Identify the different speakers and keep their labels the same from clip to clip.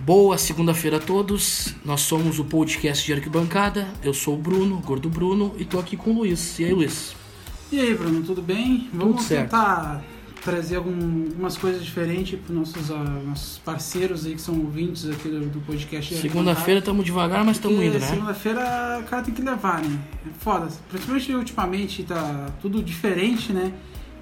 Speaker 1: Boa segunda-feira a todos. Nós somos o podcast de Arquibancada. Eu sou o Bruno, Gordo Bruno, e tô aqui com o Luiz. E aí, Luiz?
Speaker 2: E aí, Bruno, tudo bem? Vamos
Speaker 1: certo.
Speaker 2: tentar trazer algum- algumas coisas diferentes para nossos, ah, nossos parceiros aí que são ouvintes aqui do, do podcast.
Speaker 1: Segunda-feira estamos devagar, mas estamos
Speaker 2: Porque assim,
Speaker 1: indo, né?
Speaker 2: Segunda-feira o cara tem que levar, né? É foda. Principalmente ultimamente tá tudo diferente, né?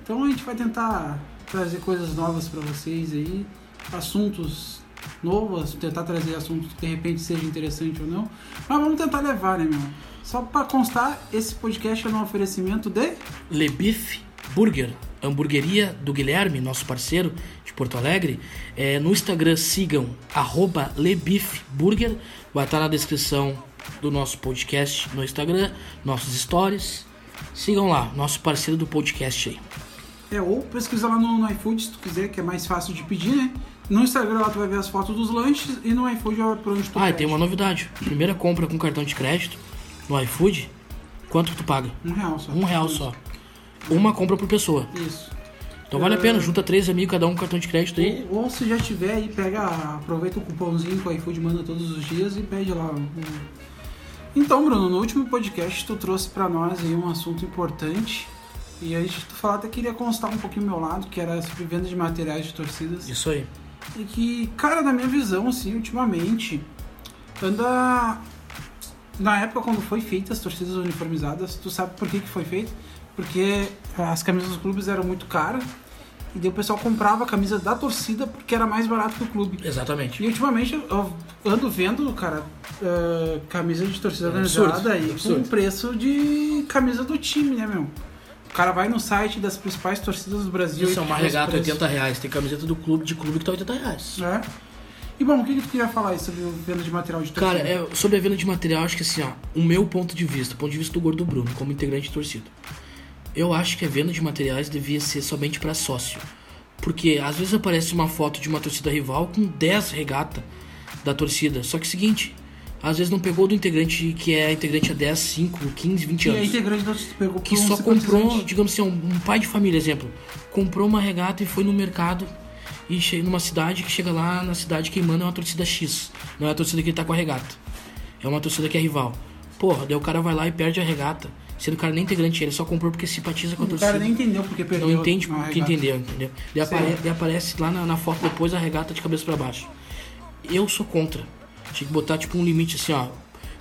Speaker 2: Então a gente vai tentar trazer coisas novas pra vocês aí, assuntos novos, tentar trazer assuntos que de repente seja interessante ou não. Mas vamos tentar levar, né, meu? Só pra constar, esse podcast é um oferecimento de.
Speaker 1: Le Beef Burger, hamburgueria do Guilherme, nosso parceiro de Porto Alegre. É, no Instagram sigam arroba Le Beef Burger. Vai estar na descrição do nosso podcast no Instagram, nossos stories. Sigam lá, nosso parceiro do podcast aí.
Speaker 2: É, ou pesquisa lá no, no iFood se tu quiser, que é mais fácil de pedir, né? No Instagram lá tu vai ver as fotos dos lanches e no iFood é por onde tu
Speaker 1: Ah, e
Speaker 2: pede.
Speaker 1: tem uma novidade. Primeira compra com cartão de crédito no iFood, quanto que tu paga?
Speaker 2: Um real só.
Speaker 1: Um real só. Uma compra por pessoa.
Speaker 2: Isso.
Speaker 1: Então vale a pena, junta três amigos, cada um com cartão de crédito aí.
Speaker 2: Ou, ou se já tiver aí, pega, aproveita o cupomzinho que o iFood manda todos os dias e pede lá. um- Então, Bruno, no último podcast tu trouxe pra nós aí um assunto importante e a gente tu falou até queria constar um pouquinho meu lado, que era sobre venda de materiais de torcidas.
Speaker 1: Isso aí.
Speaker 2: E que, cara, na minha visão, assim, ultimamente, anda. Na época quando foi feita as torcidas uniformizadas, tu sabe por que, que foi feito? Porque as camisas dos clubes eram muito caras, e daí o pessoal comprava a camisa da torcida porque era mais barato que o clube.
Speaker 1: Exatamente.
Speaker 2: E ultimamente eu- eu ando vendo, cara, ah, camisa de torcida
Speaker 1: É absurdo,
Speaker 2: organizada aí com
Speaker 1: absurdo.
Speaker 2: preço de camisa do time, né, meu? O cara vai no site das principais torcidas do Brasil.
Speaker 1: Isso é
Speaker 2: e
Speaker 1: uma
Speaker 2: vê os
Speaker 1: regata,
Speaker 2: preços.
Speaker 1: 80 reais. Tem camiseta do clube, de clube que tá 80 reais.
Speaker 2: É. E bom, o que, que tu queria falar aí sobre o venda de material de
Speaker 1: Cara,
Speaker 2: torcida?
Speaker 1: é, sobre a venda de material, acho que assim, ó, o meu ponto de vista, o ponto de vista do Gordo Bruno, como integrante de torcida, eu acho que a venda de materiais devia ser somente pra sócio. Porque às vezes aparece uma foto de uma torcida rival com 10 regata da torcida. Só que é seguinte, às vezes não pegou do integrante que é integrante há 10, 5, 15, 20
Speaker 2: que é
Speaker 1: anos.
Speaker 2: integrante da torcida pegou
Speaker 1: que
Speaker 2: por um
Speaker 1: só comprou,
Speaker 2: simpatizante.
Speaker 1: digamos assim, um um pai de família, exemplo, comprou uma regata e foi no mercado e chega numa cidade que chega lá, na cidade quem manda é uma torcida X, não é a torcida que ele tá com a regata. É uma torcida que é rival. Porra, daí o cara vai lá e perde a regata, sendo o cara nem é integrante, ele só comprou porque simpatiza com a
Speaker 2: O
Speaker 1: torcida.
Speaker 2: cara nem entendeu porque perdeu.
Speaker 1: não entende
Speaker 2: na
Speaker 1: o que
Speaker 2: regata.
Speaker 1: entendeu, entendeu? Daí
Speaker 2: Sim.
Speaker 1: apare- daí aparece lá na, na foto depois a regata de cabeça pra baixo. Eu sou contra. Tinha que botar tipo um limite assim, ó.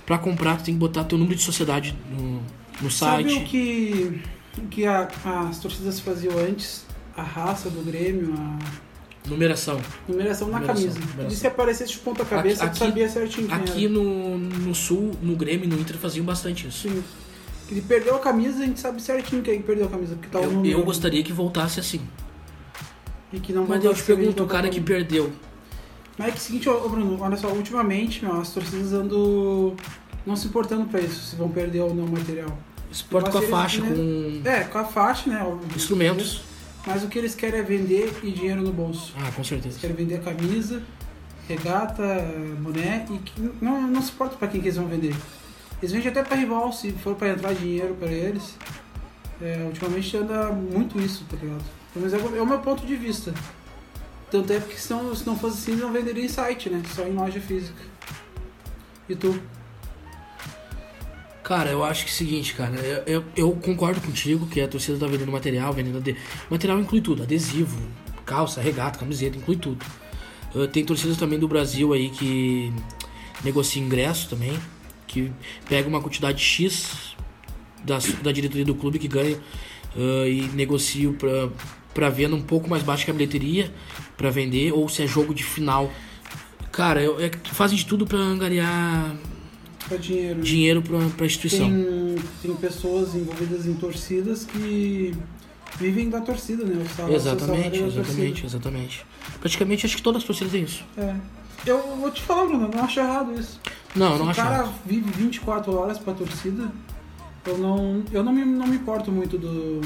Speaker 1: Pra comprar, tu tem que botar teu número de sociedade no, no site.
Speaker 2: Sabe o que, o que a- as torcidas faziam antes? A raça do Grêmio, a
Speaker 1: Numeração.
Speaker 2: numeração na
Speaker 1: Numeração,
Speaker 2: camisa. é
Speaker 1: numeração.
Speaker 2: E se aparecesse de ponta cabeça,
Speaker 1: Aqui-
Speaker 2: tu sabia
Speaker 1: aqui-
Speaker 2: certinho quem
Speaker 1: Aqui
Speaker 2: era.
Speaker 1: no, no sul, no Grêmio, no Inter faziam bastante isso.
Speaker 2: Sim. Ele perdeu a camisa, a gente sabe certinho quem perdeu a camisa. Porque tá o
Speaker 1: Eu,
Speaker 2: número.
Speaker 1: eu gostaria que voltasse assim.
Speaker 2: E que não
Speaker 1: Mas
Speaker 2: vai
Speaker 1: eu te
Speaker 2: ser ele
Speaker 1: pergunto, o
Speaker 2: botar
Speaker 1: cara
Speaker 2: pra
Speaker 1: que
Speaker 2: mim.
Speaker 1: perdeu.
Speaker 2: Mas é que é o seguinte, ô, ô, Bruno, olha só, ultimamente, meu, as torcidas andam não se importando pra isso, se vão perder ou não o material.
Speaker 1: Esporte com a
Speaker 2: Mas eles,
Speaker 1: faixa,
Speaker 2: né,
Speaker 1: com
Speaker 2: É, com a faixa, né? óbvio.
Speaker 1: instrumentos.
Speaker 2: Mas o que eles querem é vender e dinheiro no bolso.
Speaker 1: Ah, com
Speaker 2: Eles
Speaker 1: certeza.
Speaker 2: querem vender a camisa, regata, boné e que- não, não se importa pra quem que eles vão vender. Eles vendem até pra rival, se for pra entrar dinheiro pra eles. É, ultimamente anda muito isso, tá ligado? Mas é, o- é o meu ponto de vista. Tanto é porque senão, se não fosse assim, não venderia em site, né? Só em loja física. E tu?
Speaker 1: Cara, eu acho que é o seguinte, cara. Eu, eu, eu concordo contigo que a torcida tá vendendo material, vendendo. ade- Material inclui tudo: adesivo, calça, regata, camiseta, inclui tudo. Ah, tem torcidas também do Brasil aí que negocia ingresso também, que pega uma quantidade X da, da diretoria do clube que ganha ah, e negocio pra, pra venda um pouco mais baixa que a bilheteria pra vender, ou se é jogo de final. Cara, eu, é que fazem de tudo pra angariar
Speaker 2: Pra dinheiro. né?
Speaker 1: dinheiro pra, pra instituição.
Speaker 2: Tem, tem pessoas envolvidas em torcidas que vivem da torcida, né? O salário, o seu
Speaker 1: Exatamente,
Speaker 2: salário é da
Speaker 1: exatamente, exatamente. Praticamente acho que todas as torcidas têm isso.
Speaker 2: torcida. É. Eu vou te falar, Bruno, eu não acho errado isso.
Speaker 1: Não, eu
Speaker 2: Se
Speaker 1: não
Speaker 2: o
Speaker 1: acho.
Speaker 2: cara
Speaker 1: nada.
Speaker 2: vive 24 horas pra torcida, eu não, eu não, me, não me importo muito do,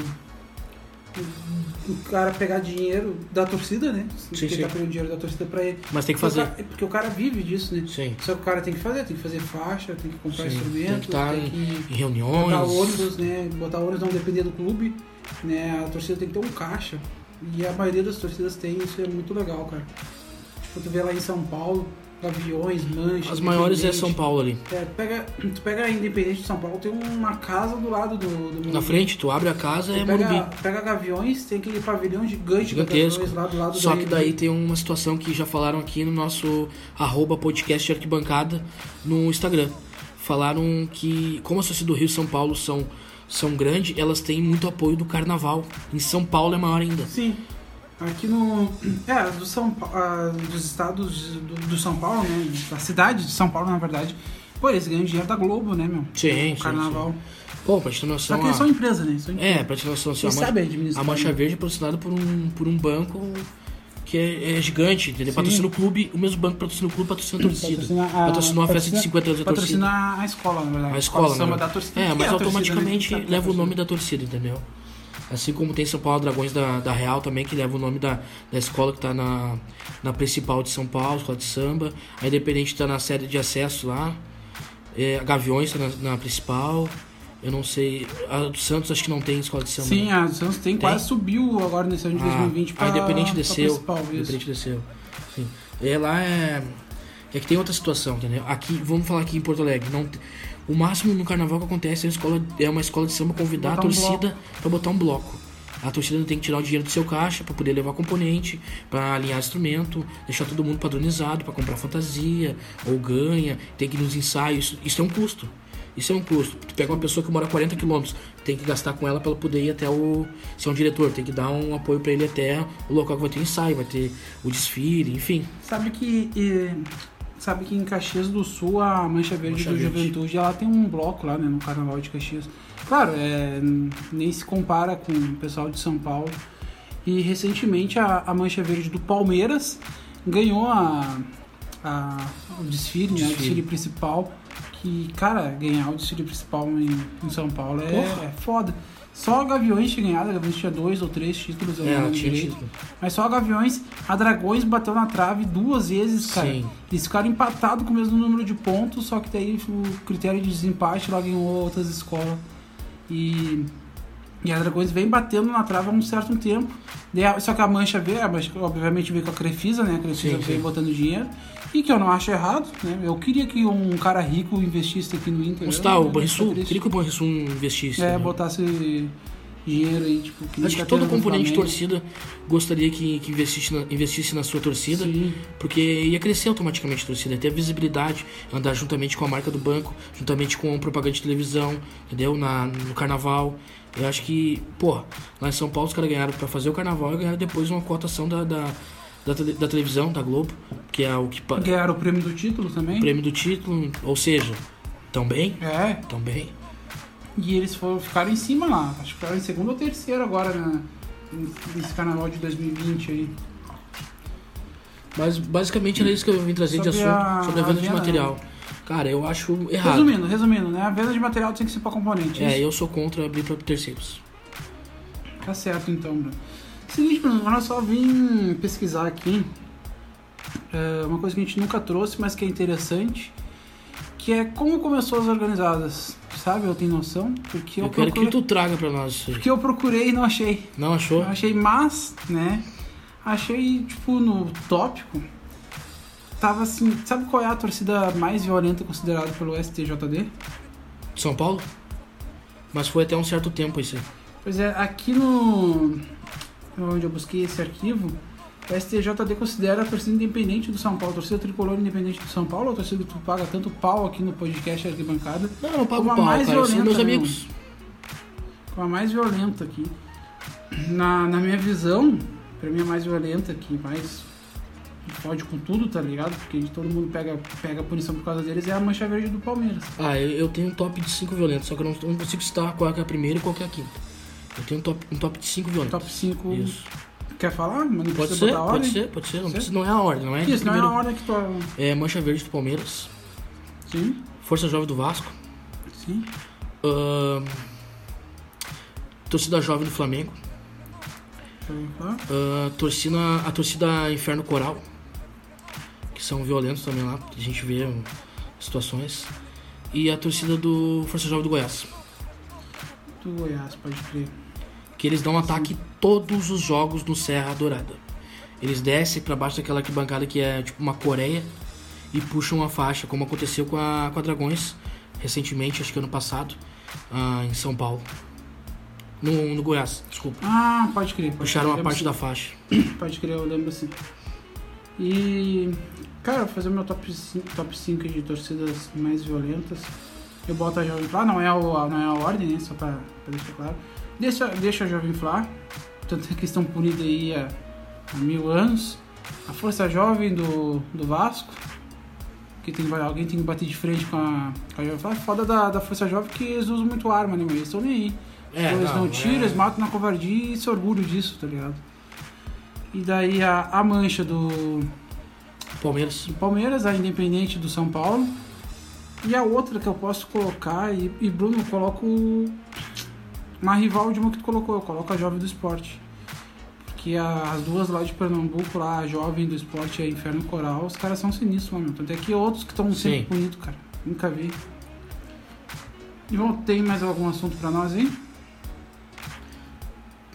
Speaker 2: do- do cara pegar dinheiro da torcida, né?
Speaker 1: Sim,
Speaker 2: Porque
Speaker 1: sim.
Speaker 2: tá pegando dinheiro da torcida pra ele.
Speaker 1: Mas tem que
Speaker 2: Porque o
Speaker 1: fazer.
Speaker 2: cara- porque o cara vive disso, né?
Speaker 1: Sim.
Speaker 2: Só que o cara tem que fazer, tem que fazer faixa, tem que comprar
Speaker 1: Sim,
Speaker 2: instrumento,
Speaker 1: tem que estar
Speaker 2: tem
Speaker 1: em,
Speaker 2: que-
Speaker 1: em
Speaker 2: Botar
Speaker 1: reuniões.
Speaker 2: ônibus, né? Botar ônibus não depender do clube, né? A torcida tem que ter um caixa. E a maioria das torcidas tem, isso é muito legal, cara. Tipo, tu vê lá em São Paulo, Gaviões, Manchas.
Speaker 1: As maiores é
Speaker 2: Independente.
Speaker 1: São Paulo ali.
Speaker 2: É, tu pega, tu pega a Independente de São Paulo, tem uma casa do lado do, do
Speaker 1: Na
Speaker 2: Morumbi.
Speaker 1: frente, tu abre a casa, é
Speaker 2: Tu
Speaker 1: Morumbi.
Speaker 2: pega, pega Gaviões, tem aquele pavilhão gigante do
Speaker 1: Gigantesco.
Speaker 2: Gaviões lá do lado
Speaker 1: Só
Speaker 2: do-
Speaker 1: que daí tem uma situação que já falaram aqui no nosso arroba podcast arquibancada no Instagram. Falaram que, como as torcidas do Rio e São Paulo são, são grandes, elas têm muito apoio do carnaval. Em São Paulo é maior ainda.
Speaker 2: Sim. Aqui no. É, as do São, Pa- as dos estados do, do São Paulo, né? Da cidade de São Paulo, na verdade. Pô, eles ganham dinheiro da Globo, né, meu?
Speaker 1: Sim, sim,
Speaker 2: O Carnaval.
Speaker 1: Pô, pra gente ter noção.
Speaker 2: Só que eles
Speaker 1: a-
Speaker 2: são empresa, né? São
Speaker 1: É, pra te ter noção, assim,
Speaker 2: Eles
Speaker 1: a, mancha,
Speaker 2: sabem administrar,
Speaker 1: a Mancha
Speaker 2: né?
Speaker 1: Verde é patrocinada por um, por um banco que é, é gigante, entendeu? Patrocina o clube, o mesmo banco que patrocina o clube, patrocina a torcida.
Speaker 2: Patrocina a-
Speaker 1: patrocinou a festa de
Speaker 2: patrocina-
Speaker 1: 50 anos da torcida.
Speaker 2: Patrocinar a escola, na verdade.
Speaker 1: A escola,
Speaker 2: Samba
Speaker 1: né?
Speaker 2: da torcida.
Speaker 1: É, mas
Speaker 2: Que a torcida, né?
Speaker 1: automaticamente
Speaker 2: Tá com a
Speaker 1: leva o
Speaker 2: torcida.
Speaker 1: nome da torcida, entendeu? Assim como tem São Paulo Dragões da, da Real também, que leva o nome da, da escola que tá na, na principal de São Paulo, escola de samba. A Independente tá na série de acesso lá. É, a Gaviões tá na, na principal. Eu não sei. A do Santos acho que não tem escola de samba. né?
Speaker 2: Sim, a Santos tem, quase subiu agora nesse ano de 2020 pra,
Speaker 1: a Ah. Independente
Speaker 2: pra
Speaker 1: desceu.
Speaker 2: principal, isso.
Speaker 1: Independente desceu. Sim. É, lá é. É que tem outra situação, entendeu? Aqui, vamos falar aqui em Porto Alegre. Não, te- o máximo no carnaval que acontece é, a escola, é uma escola de samba convidar a
Speaker 2: Botar um
Speaker 1: torcida pra botar um bloco. A torcida tem que tirar o dinheiro do seu caixa pra poder levar componente, pra alinhar instrumento, deixar todo mundo padronizado, pra comprar fantasia, ou ganha, tem que ir nos ensaios. Isso, isso é um custo. Isso é um custo. Tu pega uma pessoa que mora 40 quilômetros, tem que gastar com ela pra ela poder ir até o. Se é um diretor, tem que dar um apoio pra ele até o local que vai ter ensaio, vai ter o desfile, enfim.
Speaker 2: Sabe que. eh, sabe que em Caxias do Sul a Mancha Verde
Speaker 1: Mancha
Speaker 2: do
Speaker 1: Verde.
Speaker 2: Juventude ela tem um bloco lá, né? No Carnaval de Caxias. Claro, é, nem se compara com o pessoal de São Paulo. E recentemente a, a Mancha Verde do Palmeiras ganhou a, a- o desfile, né? O
Speaker 1: Desfile.
Speaker 2: desfile principal. Que, cara, ganhar o desfile principal em, em São Paulo é,
Speaker 1: Porra.
Speaker 2: é foda. Só a Gaviões tinha ganhado, a Gaviões tinha dois ou três títulos, eu
Speaker 1: É,
Speaker 2: não lembro
Speaker 1: ela tinha
Speaker 2: direito.
Speaker 1: título.
Speaker 2: Mas só a Gaviões, a Dragões bateu na trave duas vezes, cara.
Speaker 1: Sim.
Speaker 2: Eles ficaram empatados com o mesmo número de pontos, só que daí o critério de desempate lá ganhou outras escolas. E, e a Dragões vem batendo na trave há um certo tempo. Daí a- Só que a Mancha veio, a Mancha obviamente veio com a Crefisa, né? A Crefisa
Speaker 1: Sim,
Speaker 2: veio
Speaker 1: sim.
Speaker 2: botando dinheiro. E que eu não acho errado, né? Eu queria que um cara rico investisse aqui no Inter.
Speaker 1: Gustavo,
Speaker 2: Eu-
Speaker 1: o Banrisul,
Speaker 2: eu- eu-
Speaker 1: queria que o Banrisul investisse.
Speaker 2: É,
Speaker 1: entendeu?
Speaker 2: botasse dinheiro aí, tipo... nem
Speaker 1: Acho que
Speaker 2: tá tendo
Speaker 1: todo
Speaker 2: no
Speaker 1: componente de
Speaker 2: Flamengo.
Speaker 1: torcida gostaria que, que investisse, na, investisse na sua torcida,
Speaker 2: Sim.
Speaker 1: porque ia crescer automaticamente a torcida, ia ter visibilidade, andar juntamente com a marca do banco, juntamente com propaganda de televisão, entendeu? Na, no carnaval. Eu acho que, pô, lá em São Paulo os caras ganharam pra fazer o carnaval e ganharam depois uma cotação da, da, da, tele- da televisão, da Globo, que é o que pa-
Speaker 2: Ganharam o prêmio do título também.
Speaker 1: prêmio do título, ou seja, tão bem,
Speaker 2: É,
Speaker 1: tão bem.
Speaker 2: e eles foram, ficaram em cima lá. Acho que ficaram em segundo ou terceiro agora na- nesse carnaval de 2020 aí.
Speaker 1: Mas basicamente era isso que eu vim trazer de
Speaker 2: Sobre
Speaker 1: assunto,
Speaker 2: a-
Speaker 1: sobre a
Speaker 2: a
Speaker 1: venda de
Speaker 2: venda,
Speaker 1: material. Cara, eu acho errado.
Speaker 2: Resumindo, resumindo, né? A venda de material tem que ser pra componente.
Speaker 1: É,
Speaker 2: isso.
Speaker 1: eu sou contra abrir para terceiros.
Speaker 2: Tá certo então, Bruno. Seguinte, Bruno, agora eu só vim pesquisar aqui é, uma coisa que a gente nunca trouxe, mas que é interessante, que é como começou as organizadas. Sabe? Eu tenho noção. Porque
Speaker 1: Eu,
Speaker 2: eu,
Speaker 1: quero
Speaker 2: procurei,
Speaker 1: que tu traga pra nós isso aí.
Speaker 2: porque eu procurei e não achei.
Speaker 1: Não achou?
Speaker 2: Eu achei mas, né? Achei, tipo, no tópico. Tava assim. Sabe qual é a torcida mais violenta considerada pelo STJD?
Speaker 1: São Paulo? Mas foi até um certo tempo isso aí.
Speaker 2: Pois é, aqui no. é onde eu busquei esse arquivo. O STJD considera a torcida independente do São Paulo, a torcida tricolor independente do São Paulo, a torcida que tu paga tanto pau aqui no podcast Arquibancada,
Speaker 1: Não, eu não pago
Speaker 2: Uma
Speaker 1: pau,
Speaker 2: mais
Speaker 1: cara. São
Speaker 2: violenta,
Speaker 1: meus
Speaker 2: né,
Speaker 1: amigos.
Speaker 2: com a mais violenta aqui. Na, na minha visão, pra mim é mais violenta aqui, mais pode com tudo, tá ligado? Porque todo mundo pega, pega punição por causa deles, é a mancha verde do Palmeiras.
Speaker 1: Ah, eu, eu tenho um top de 5 violentos, só que eu não, eu não consigo citar qual é a primeira e qual que é a quinta. Eu tenho um top, um top de 5 violentos.
Speaker 2: Top 5.
Speaker 1: Isso.
Speaker 2: Quer falar? Mas não
Speaker 1: Pode
Speaker 2: precisa
Speaker 1: ser,
Speaker 2: botar ordem.
Speaker 1: pode ser, pode ser. Não,
Speaker 2: Certo.
Speaker 1: precisa, não é a ordem, não é?
Speaker 2: Isso, não é
Speaker 1: primeiro.
Speaker 2: a hora que tu.
Speaker 1: É Mancha Verde do Palmeiras,
Speaker 2: Sim,
Speaker 1: Força Jovem do Vasco,
Speaker 2: sim.
Speaker 1: ahn, Torcida Jovem do Flamengo,
Speaker 2: Deixa eu falar.
Speaker 1: Ah, torcida, a torcida Inferno Coral, que são violentos também lá, a gente vê hum, situações. E a torcida do Força Jovem do Goiás,
Speaker 2: Do Goiás, pode crer.
Speaker 1: que eles dão ataque todos os jogos no Serra Dourada. Eles descem pra baixo daquela arquibancada que é tipo uma Coreia e puxam a faixa, como aconteceu com a, com a Dragões recentemente, acho que ano passado, ah, em São Paulo. No, no Goiás, desculpa.
Speaker 2: Ah, pode crer. Pode
Speaker 1: Puxaram
Speaker 2: crer,
Speaker 1: a
Speaker 2: eu
Speaker 1: parte da
Speaker 2: lembro
Speaker 1: faixa.
Speaker 2: sim. Pode crer, eu lembro assim. E, cara, vou fazer o meu top 5, top 5 de torcidas mais violentas. Eu boto a Jovem Flá, não é, o, não é a ordem, né? Só pra, pra deixar claro. Deixa, deixa a Jovem Flá, tanto é que estão punidos aí há, há mil anos. A Força Jovem do, do Vasco, que tem, que- alguém tem que bater de frente com a, com a Jovem Flá. Foda da, da Força Jovem que eles usam muito arma, né? Mas eles estão nem aí.
Speaker 1: É,
Speaker 2: Tipo, eles
Speaker 1: não,
Speaker 2: não tiram,
Speaker 1: é-
Speaker 2: eles matam na covardia e se orgulho disso, tá ligado? E daí a, a mancha do,
Speaker 1: Palmeiras.
Speaker 2: do Palmeiras, a Independente do São Paulo. E a outra que eu posso colocar, e, e Bruno, eu coloco uma rival de uma que tu colocou, eu coloco a Jovem do Esporte. Porque a- as duas lá de Pernambuco, lá, a Jovem do Esporte e a Inferno Coral, os caras são sinistros, mano. Tanto é que outros que estão sempre
Speaker 1: Sim.
Speaker 2: bonitos, cara. Nunca vi. E bom, tem mais algum assunto pra nós aí?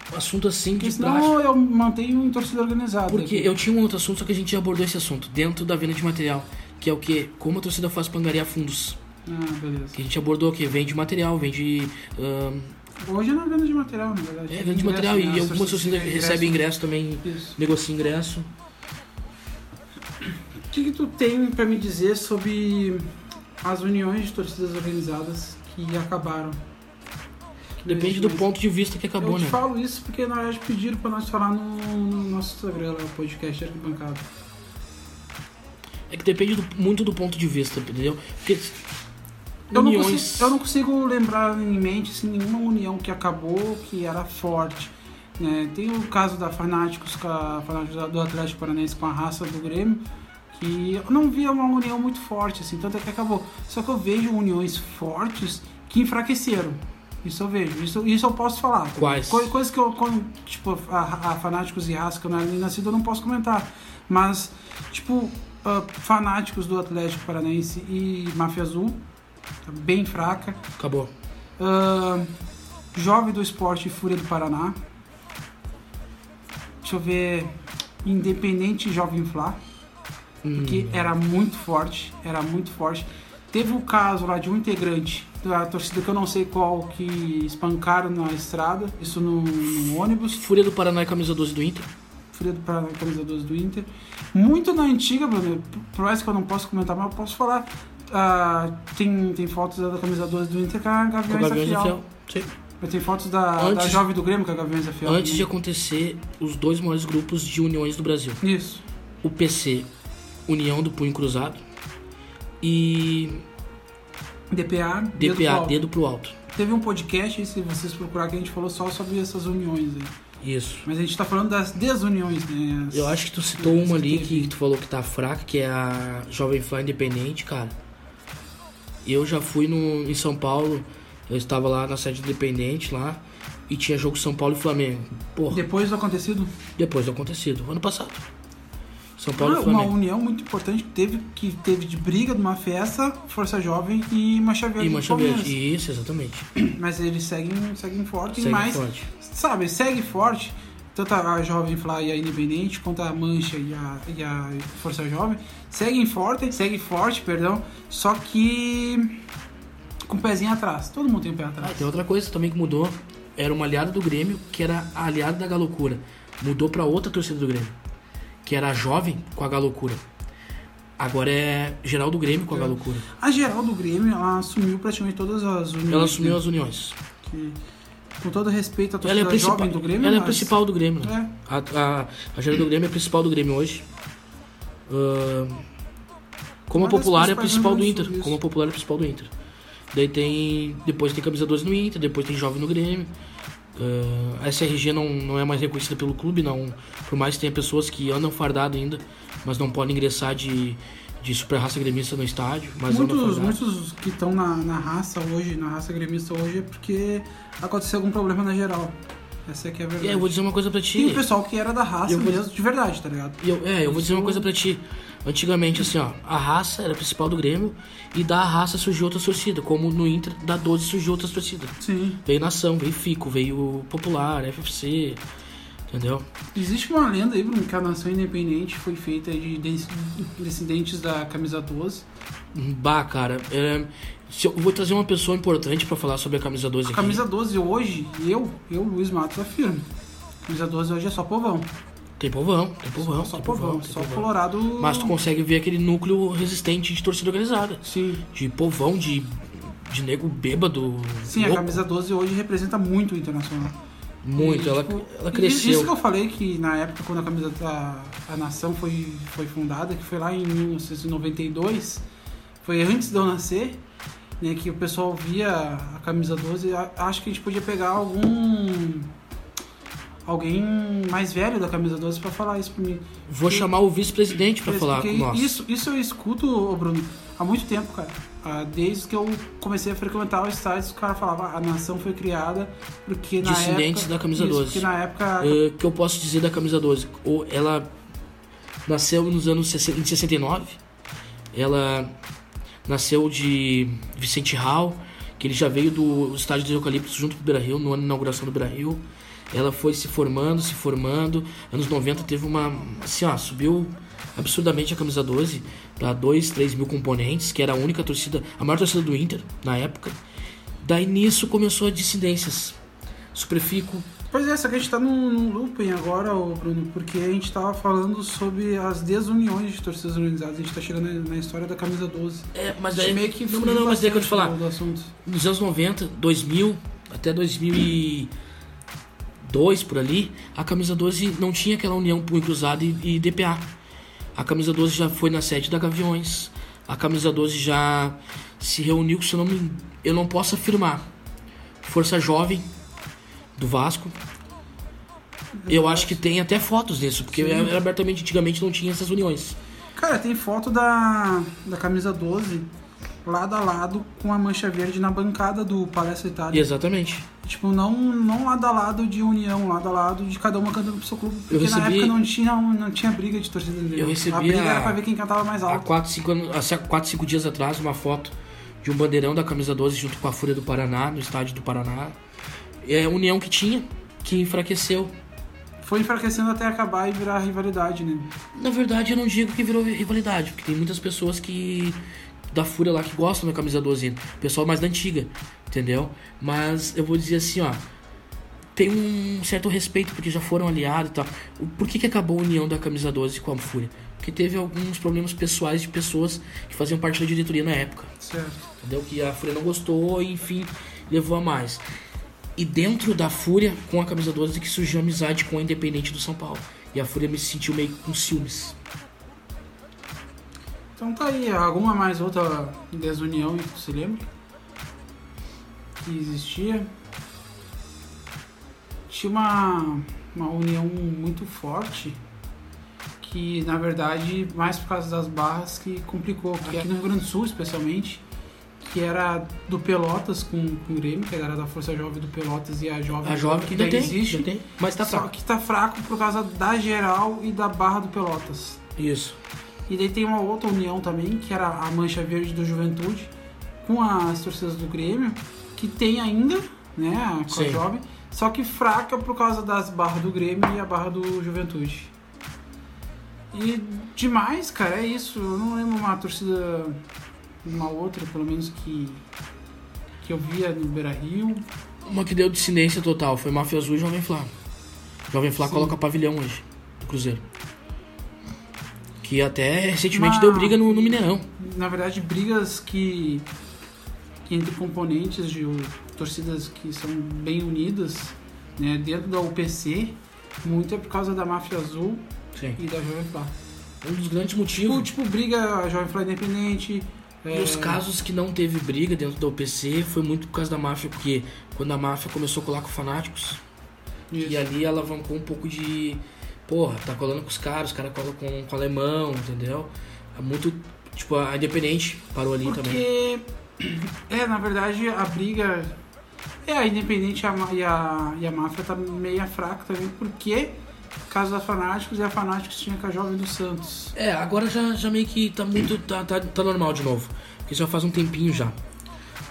Speaker 2: Um
Speaker 1: Assunto assim
Speaker 2: Porque
Speaker 1: de
Speaker 2: senão
Speaker 1: plástico.
Speaker 2: eu mantenho um em torcida organizada.
Speaker 1: Porque eu tinha um outro assunto, só que a gente já abordou esse assunto dentro da venda de material, que é o que? Como a torcida faz pangaria fundos.
Speaker 2: Ah, beleza.
Speaker 1: Que a gente abordou o que? Vende material, vende. ahn,
Speaker 2: Hoje é na venda de material, na verdade.
Speaker 1: é, vende
Speaker 2: Ingresso,
Speaker 1: material
Speaker 2: né?
Speaker 1: e
Speaker 2: As
Speaker 1: algumas
Speaker 2: torcidas
Speaker 1: torcidas
Speaker 2: de
Speaker 1: recebem ingresso também,
Speaker 2: Isso.
Speaker 1: negocia ingresso.
Speaker 2: O que, que tu tem pra me dizer sobre as uniões de torcidas organizadas que acabaram? Que não
Speaker 1: Depende
Speaker 2: existe
Speaker 1: do
Speaker 2: mais.
Speaker 1: ponto de vista que acabou,
Speaker 2: eu te
Speaker 1: né?
Speaker 2: falo isso porque na verdade pediram pra nós falar no, no nosso Instagram, lá, o podcast Arquibancada.
Speaker 1: É que depende do- muito do ponto de vista, entendeu? Porque.
Speaker 2: Eu não,
Speaker 1: uniões-
Speaker 2: consigo, eu não consigo lembrar em mente assim, nenhuma união que acabou, que era forte. né? Tem o caso da Fanáticos, com a, Fanáticos da- do Atlético Paranaense com a raça do Grêmio, que eu não via uma união muito forte, assim, tanto é que acabou. Só que eu vejo uniões fortes que enfraqueceram. Isso eu vejo, isso, isso eu posso falar. tá
Speaker 1: Quais?
Speaker 2: Co- coisas que eu, quando, tipo, a, a Fanáticos e Raça, que eu não era nem nascido, eu não posso comentar. Mas, tipo, ah, Fanáticos do Atlético Paranaense e Máfia Azul, tá bem fraca.
Speaker 1: Acabou.
Speaker 2: Ahn, Jovem do Esporte e Fúria do Paraná. Deixa eu ver. Independente e Jovem Flá,
Speaker 1: Hum,
Speaker 2: que era muito forte, era muito forte. Teve o caso lá de um integrante da torcida que eu não sei qual que espancaram na estrada, isso no, no ônibus.
Speaker 1: Hum. Fúria do Paraná e camisa 12 do Inter.
Speaker 2: Fúria do Paraná, camisa 12 do Inter. Muito na antiga, Bruno, por mais que eu não posso comentar, mas eu posso falar. Ah, tem, tem fotos da camisa 12 do Inter com a
Speaker 1: Com o
Speaker 2: Gaviões da
Speaker 1: Gaviões da
Speaker 2: Fiel.
Speaker 1: Fiel. Sim.
Speaker 2: Mas tem fotos da,
Speaker 1: Antes-
Speaker 2: da jovem do Grêmio com a Gaviões da Fiel.
Speaker 1: Antes de
Speaker 2: né?
Speaker 1: acontecer os dois maiores grupos de uniões do Brasil.
Speaker 2: Isso.
Speaker 1: o PC União do Punho Cruzado e
Speaker 2: DPA, dedo pro
Speaker 1: DPA,
Speaker 2: alto.
Speaker 1: Dedo pro Alto.
Speaker 2: Teve um podcast aí, se vocês procurar, que a gente falou só sobre essas uniões aí.
Speaker 1: Isso.
Speaker 2: Mas a gente tá falando das desuniões, né? As-
Speaker 1: Eu acho que tu citou
Speaker 2: Isso
Speaker 1: uma ali
Speaker 2: teve.
Speaker 1: que tu falou que tá fraca, que é a Jovem Fly Independente, cara. Eu já fui no, em São Paulo, eu estava lá na sede do Independente lá, e tinha jogo São Paulo e Flamengo. Porra,
Speaker 2: Depois do acontecido,
Speaker 1: depois do acontecido, ano passado. São Paulo
Speaker 2: ah,
Speaker 1: e
Speaker 2: uma
Speaker 1: Flamengo.
Speaker 2: união muito importante que teve, que teve de briga de uma festa, Força Jovem e Mancha Verde.
Speaker 1: E
Speaker 2: do
Speaker 1: Mancha
Speaker 2: Palmeiras.
Speaker 1: Verde. Isso, exatamente.
Speaker 2: Mas eles seguem, seguem forte,
Speaker 1: Segue
Speaker 2: mas
Speaker 1: forte.
Speaker 2: sabe, segue forte, tanto a Jovem Fly e a Independente, quanto a Mancha e a, e a Força Jovem, seguem forte, segue forte, perdão, só que com o pezinho atrás. Todo mundo tem o pé
Speaker 1: Ah,
Speaker 2: atrás.
Speaker 1: tem outra coisa também que mudou. Era uma aliada do Grêmio, que era a aliada da Galocura. Mudou pra outra torcida do Grêmio, que era a jovem com a Galocura. Agora é geral do Grêmio com a Galocura.
Speaker 2: A geral do Grêmio, ela assumiu praticamente todas as uniões.
Speaker 1: Ela assumiu
Speaker 2: né?
Speaker 1: as uniões.
Speaker 2: Que, com todo respeito à
Speaker 1: Ela é a
Speaker 2: torcida
Speaker 1: principal
Speaker 2: jovem do Grêmio,
Speaker 1: Ela é a
Speaker 2: mas-
Speaker 1: principal do Grêmio, né?
Speaker 2: É,
Speaker 1: A, a, a geral do Grêmio é a principal do Grêmio hoje. Ahn, como a
Speaker 2: Uma das
Speaker 1: popular é a
Speaker 2: principais
Speaker 1: principal do
Speaker 2: uniões,
Speaker 1: Inter.
Speaker 2: isso.
Speaker 1: Como a popular é a principal do Inter. Daí tem. Depois tem camisa 12 no Inter, depois tem jovem no Grêmio. Ah, a SRG não, não é mais reconhecida pelo clube, não. Por mais que tenha pessoas que andam fardado ainda, mas não podem ingressar de, de super raça gremista no estádio. Mas é andam
Speaker 2: muitos,
Speaker 1: fardado.
Speaker 2: muitos que estão na, na raça hoje, na raça gremista hoje, é porque aconteceu algum problema na geral. Essa aqui é a
Speaker 1: E
Speaker 2: verdade.
Speaker 1: aí, eu vou dizer uma coisa pra ti.
Speaker 2: Tem o pessoal que era da raça
Speaker 1: Eu vou-
Speaker 2: mesmo, de verdade, tá ligado?
Speaker 1: E eu- é, eu vou dizer uma coisa pra ti. Antigamente, assim, ó, a raça era a principal do Grêmio e da raça surgiu outra torcida, como no Inter, da 12 surgiu outra torcida.
Speaker 2: Sim.
Speaker 1: Veio Nação, veio Fico, veio Popular, FFC, Entendeu?
Speaker 2: Existe uma lenda aí, Bruno, que a nação independente foi feita de des- descendentes da camisa 12.
Speaker 1: Bah, cara, é, se eu eu vou trazer uma pessoa importante pra falar sobre a camisa 12
Speaker 2: A
Speaker 1: aqui.
Speaker 2: camisa 12 hoje, eu, eu, Luiz Matos, afirmo. A camisa 12 hoje é só povão.
Speaker 1: Tem povão, tem povão,
Speaker 2: só
Speaker 1: tem
Speaker 2: povão,
Speaker 1: tem
Speaker 2: só colorado.
Speaker 1: Mas tu consegue ver aquele núcleo resistente de torcida organizada.
Speaker 2: Sim.
Speaker 1: De povão, de, de nego bêbado.
Speaker 2: Sim, a
Speaker 1: louco.
Speaker 2: camisa 12 hoje representa muito o internacional.
Speaker 1: Muito,
Speaker 2: E,
Speaker 1: ela,
Speaker 2: tipo,
Speaker 1: ela
Speaker 2: e
Speaker 1: cresceu.
Speaker 2: Isso que eu falei que na época quando a camisa da a nação foi, foi fundada, que foi lá em 1992, foi antes de eu nascer, né, que o pessoal via a camisa 12, a- acho que a gente podia pegar algum alguém mais velho da camisa 12 pra falar isso pra mim.
Speaker 1: Vou chamar o vice-presidente pra
Speaker 2: Porque
Speaker 1: falar com nós.
Speaker 2: isso, isso eu escuto, ô Bruno, há muito tempo, cara. Ah, Desde que eu comecei a frequentar os sites, o cara falava a nação foi criada porque na
Speaker 1: Dissidentes
Speaker 2: época,
Speaker 1: da camisa
Speaker 2: Isso,
Speaker 1: 12.
Speaker 2: Porque na época
Speaker 1: É, que eu posso dizer da camisa 12? Ou ela nasceu nos anos 60 em 69. Ela nasceu de Vicente Hall, que ele já veio do estádio dos Eucaliptos junto com o Beira Rio, no ano de inauguração do Beira Rio. Ela foi se formando, se formando. Anos 90 teve uma. Assim, ó, subiu absurdamente a camisa 12 para 2, 3 mil componentes, que era a única torcida, a maior torcida do Inter na época. Daí nisso começou as dissidências. Superfico,
Speaker 2: Pois é, só que a gente tá num, num looping agora, ô Bruno, porque a gente tava falando sobre as desuniões de torcidas organizadas. A gente tá chegando na- na história da camisa 12.
Speaker 1: É, mas
Speaker 2: a
Speaker 1: daí.
Speaker 2: gente meio que
Speaker 1: não, não, não, mas daí que eu te falar.
Speaker 2: bastante Do assunto.
Speaker 1: Nos anos 90, 2000, até 2002 por ali, a camisa 12 não tinha aquela união punho cruzado e, e DPA. A camisa 12 já foi na sede da Gaviões. A camisa 12 já se reuniu, se eu não me, eu não posso afirmar. Força Jovem do Vasco. Eu acho que tem até fotos disso, porque era abertamente antigamente não tinha essas uniões.
Speaker 2: Cara, tem foto da, da camisa 12 lado a lado com a mancha verde na bancada do Palestra Itália.
Speaker 1: Exatamente.
Speaker 2: Tipo, não, não lado a lado de união, lado a lado de cada uma cantando pro seu clube. Porque na
Speaker 1: recebi-
Speaker 2: época não tinha, um, não tinha briga de torcida.
Speaker 1: Eu recebi
Speaker 2: a briga
Speaker 1: a-
Speaker 2: era pra ver quem cantava mais
Speaker 1: há
Speaker 2: alto.
Speaker 1: 4, 5 anos, há quatro, cinco dias atrás, uma foto de um bandeirão da camisa 12 junto com a Fúria do Paraná, no estádio do Paraná. É a união que tinha, que enfraqueceu.
Speaker 2: Foi enfraquecendo até acabar e virar rivalidade, né?
Speaker 1: Na verdade, eu não digo que virou rivalidade, porque tem muitas pessoas que da Fúria lá que gostam da camisa 12, ainda. o pessoal mais da antiga, entendeu? Mas eu vou dizer assim, ó, tem um certo respeito porque já foram aliados e tal. O- Por que, que acabou a união da camisa 12 com a Fúria? Porque teve alguns problemas pessoais de pessoas que faziam parte da diretoria na época.
Speaker 2: Certo.
Speaker 1: entendeu? Que a Fúria não gostou, e, enfim, levou a mais. E dentro da Fúria, com a camisa 12, que surgiu a amizade com a Independente do São Paulo. E a Fúria me sentiu meio com ciúmes.
Speaker 2: Então tá aí, alguma mais outra desunião que se lembra? Que existia. Tinha uma, uma união muito forte que na verdade mais por causa das barras que complicou. Porque aqui no Rio Grande do Sul especialmente, que era do Pelotas com, com o Grêmio, que era da Força Jovem do Pelotas e a Jovem,
Speaker 1: A jovem que
Speaker 2: ainda
Speaker 1: ainda tem,
Speaker 2: existe.
Speaker 1: ainda tem, mas tá
Speaker 2: Só
Speaker 1: fraco.
Speaker 2: que tá fraco por causa da geral e da barra do Pelotas.
Speaker 1: Isso.
Speaker 2: E daí tem uma outra união também, que era a Mancha Verde do Juventude, com as torcidas do Grêmio, que tem ainda, né, a com a
Speaker 1: Sim.
Speaker 2: jovem, só que fraca por causa das barras do Grêmio e a barra do Juventude. E demais, cara, é isso. Eu não lembro uma torcida, uma outra, pelo menos que que eu via no Beira Rio.
Speaker 1: Uma que deu dissidência total foi Máfia Azul e Jovem Flá. Jovem Flá
Speaker 2: Sim.
Speaker 1: coloca pavilhão hoje, do Cruzeiro. Que até recentemente
Speaker 2: Mas-
Speaker 1: deu briga no, no Mineirão.
Speaker 2: na verdade, brigas que, que entre componentes de o- torcidas que são bem unidas, né, dentro da UPC, muito é por causa da máfia azul
Speaker 1: Sim.
Speaker 2: e da Jovem Pan.
Speaker 1: Um dos grandes motivos.
Speaker 2: Tipo, tipo briga a Jovem Pan independente. é,
Speaker 1: E os casos que não teve briga dentro da UPC foi muito por causa da máfia, porque quando a máfia começou a colar com fanáticos, e
Speaker 2: Isso.
Speaker 1: ali alavancou um pouco de. Porra, tá colando com os caras, os caras colam com, com alemão, entendeu? É muito. Tipo, a Independente parou ali também.
Speaker 2: Porque, é, na verdade, a briga. É, a Independente e a, ma- e a, e a máfia tá meio fraca também, porque por causa da Fanáticos e a Fanáticos tinha com a Jovem do Santos.
Speaker 1: É, agora já, já meio que tá muito. Tá, tá, tá normal de novo. Porque já faz um tempinho já.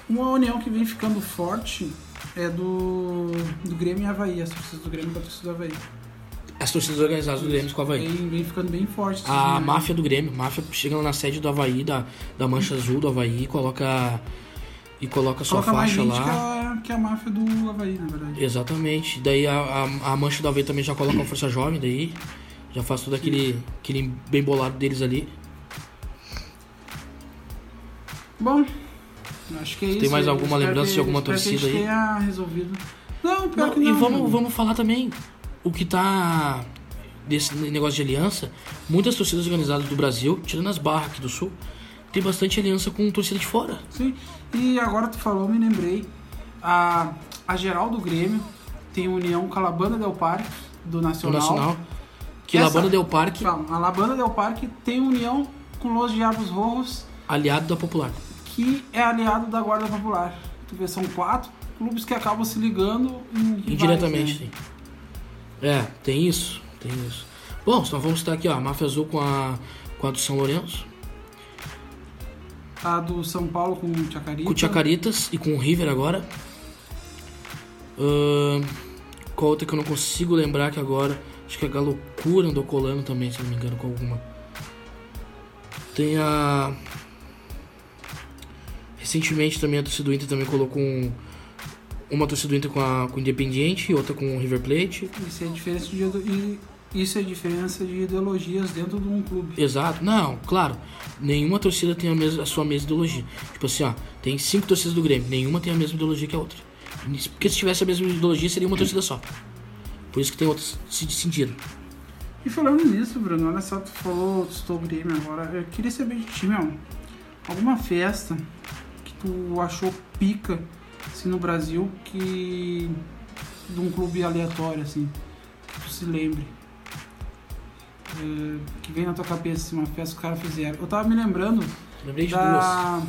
Speaker 2: Uma união que vem ficando forte é do, do Grêmio e Havaí, as torcidas do Grêmio com a torcida do Havaí.
Speaker 1: as torcidas organizadas do Grêmio com o Havaí.
Speaker 2: Vem, vem ficando bem forte. esse
Speaker 1: A
Speaker 2: time, né?
Speaker 1: máfia do Grêmio, máfia chegando na sede do Havaí, da, da Mancha Azul do Havaí, coloca. E coloca sua
Speaker 2: Coloca mais
Speaker 1: faixa
Speaker 2: gente
Speaker 1: lá.
Speaker 2: Que, a, que a máfia do Havaí, na verdade.
Speaker 1: Exatamente. Daí a, a, a mancha da Havaí também já coloca a força jovem daí. Já faz todo aquele, aquele bem bolado deles ali.
Speaker 2: Bom, acho que é isso.
Speaker 1: Tem mais
Speaker 2: Eu
Speaker 1: alguma
Speaker 2: espero
Speaker 1: lembrança
Speaker 2: que-
Speaker 1: de alguma
Speaker 2: espero que
Speaker 1: torcida aí?
Speaker 2: a gente tenha resolvido. Não, pior
Speaker 1: Não,
Speaker 2: que não.
Speaker 1: e vamos, vamos falar também o que tá desse negócio de aliança. Muitas torcidas organizadas do Brasil, tirando as barras aqui do sul, tem bastante aliança com torcida de fora.
Speaker 2: Sim. E agora tu falou, me lembrei. A, a geral do Grêmio tem a União com a Labanda Del Parque, do
Speaker 1: Do
Speaker 2: Nacional.
Speaker 1: Nacional. Que
Speaker 2: Essa-
Speaker 1: Labana Del Parque,
Speaker 2: Calma, a Labanda Del Parque tem união com Los Diabos Rojos,
Speaker 1: aliado da Popular.
Speaker 2: que é aliado da Guarda Popular. Tu vê, são quatro clubes que acabam se ligando em
Speaker 1: Indiretamente,
Speaker 2: vários, né?
Speaker 1: sim. É, tem isso, tem isso. Bom, nós vamos estar aqui, ó, a Máfia Azul com a, com a do São Lourenço.
Speaker 2: A do São Paulo com o Chacarita.
Speaker 1: Com o Chacaritas e com o River agora. Ahn, qual outra que eu não consigo lembrar que agora? Acho que a Galocura andou colando também, se não me engano, com alguma. Tem a. Recentemente também a torcida do Inter também colocou um- uma torcida do Inter com, a, com o Independiente e outra com o River Plate.
Speaker 2: Isso é a diferença de, ide- e isso é a diferença de ideologias dentro de um clube.
Speaker 1: Exato. Não, claro. Nenhuma torcida tem a, mes- a sua mesma ideologia. Tipo assim, ó, tem cinco torcidas do Grêmio, nenhuma tem a mesma ideologia que a outra. Porque se tivesse a mesma ideologia, seria uma torcida só. Por isso que tem outras se decidiram.
Speaker 2: E falando nisso, Bruno, olha só, tu falou, tu citou o Grêmio agora. Eu queria saber de ti, meu. Alguma festa que tu achou pica, assim, no Brasil, que. de um clube aleatório, assim, que tu se lembre. Eh, que vem na tua cabeça, assim, uma festa que os caras fizeram. Eu tava me lembrando
Speaker 1: Lembrei de duas. Ah,
Speaker 2: da.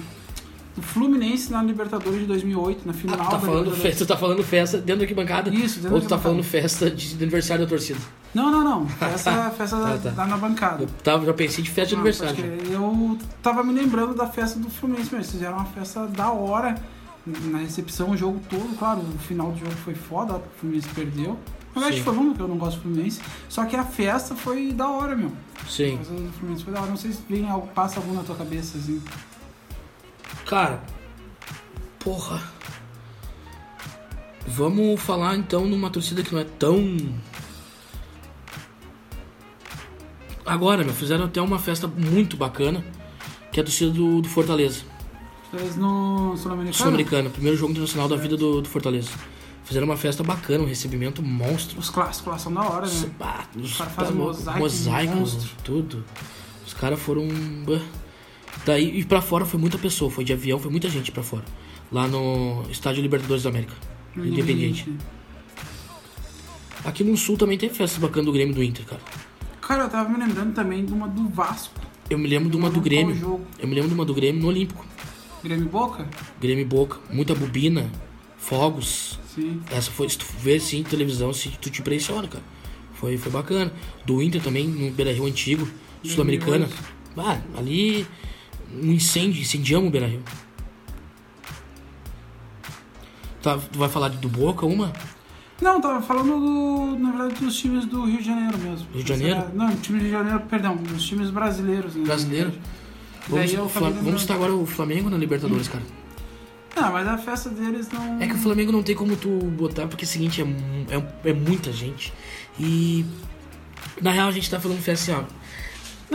Speaker 2: do Fluminense na Libertadores de 2008, na final
Speaker 1: Ah, tu tá
Speaker 2: da
Speaker 1: falando
Speaker 2: Libertadores.
Speaker 1: festa, tu tá falando festa dentro da arquibancada.
Speaker 2: Isso, dentro
Speaker 1: Ou
Speaker 2: da
Speaker 1: tu tá falando
Speaker 2: arquibancada.
Speaker 1: festa de, de aniversário da torcida.
Speaker 2: Não, não, não. Festa, festa
Speaker 1: Tá,
Speaker 2: da,
Speaker 1: tá.
Speaker 2: da- na bancada.
Speaker 1: Eu tava, já pensei de festa de
Speaker 2: Não,
Speaker 1: aniversário.
Speaker 2: pode
Speaker 1: já.
Speaker 2: crer. Eu tava me lembrando da festa do Fluminense, mas eles fizeram uma festa da hora. Na recepção, o jogo todo, claro, o final do jogo foi foda, porque o Fluminense perdeu. Mas acho
Speaker 1: Sim.
Speaker 2: que foi bom, porque eu não gosto do Fluminense. Só que a festa foi da hora, meu. A
Speaker 1: Sim.
Speaker 2: festa do Fluminense foi da hora. Não sei se vem algo, passa algum na tua cabeça, assim.
Speaker 1: Cara, porra. Vamos falar então numa torcida que não é tão. Agora, meu, fizeram até uma festa muito bacana, que é a torcida do, do Fortaleza,
Speaker 2: Talvez no Sul-Americano.
Speaker 1: sul-americana, primeiro jogo internacional da vida do, do Fortaleza. Fizeram uma festa bacana, um recebimento monstro.
Speaker 2: Os clássicos lá são da hora,
Speaker 1: Nossa,
Speaker 2: né?
Speaker 1: pá, os
Speaker 2: cara faz
Speaker 1: tá louco,
Speaker 2: mosaico,
Speaker 1: mosaico,
Speaker 2: monstro.
Speaker 1: tudo. Os caras foram. bah. Daí, e pra fora foi muita pessoa, foi de avião, foi muita gente pra fora. Lá no Estádio Libertadores da América.
Speaker 2: No
Speaker 1: Independente. Aqui no sul também tem festas bacanas do Grêmio e do Inter, cara.
Speaker 2: Cara, eu tava me lembrando também de uma do Vasco.
Speaker 1: Eu me lembro de uma
Speaker 2: Não
Speaker 1: do
Speaker 2: lembro qual
Speaker 1: Grêmio.
Speaker 2: jogo.
Speaker 1: Eu me lembro de uma do Grêmio no Olímpico.
Speaker 2: Grêmio e Boca?
Speaker 1: Grêmio e Boca, muita bobina, fogos.
Speaker 2: Sim.
Speaker 1: Essa foi, se tu vê assim em televisão, se tu te impressiona, cara. Foi, foi bacana. Do Inter também, no Beira Rio antigo, Sul-Americana. Ah, ali um incêndio, incendiamos o Beira Rio. Tá, tu vai falar do Boca uma?
Speaker 2: Não, tava falando do, na verdade dos times do Rio de Janeiro mesmo.
Speaker 1: Rio de Janeiro?
Speaker 2: Essa- Não, time de Rio de Janeiro, perdão, dos times brasileiros. Né?
Speaker 1: Brasileiro?
Speaker 2: Daí
Speaker 1: Vamos,
Speaker 2: eu
Speaker 1: Fla-
Speaker 2: acabei lembrando.
Speaker 1: vamos citar agora o Flamengo na Libertadores, cara.
Speaker 2: Não, Ah, mas a festa deles não.
Speaker 1: É que o Flamengo não tem como tu botar, porque é o seguinte, é, mu- é, é muita gente. E. Na real, a gente tá falando festa assim, ó.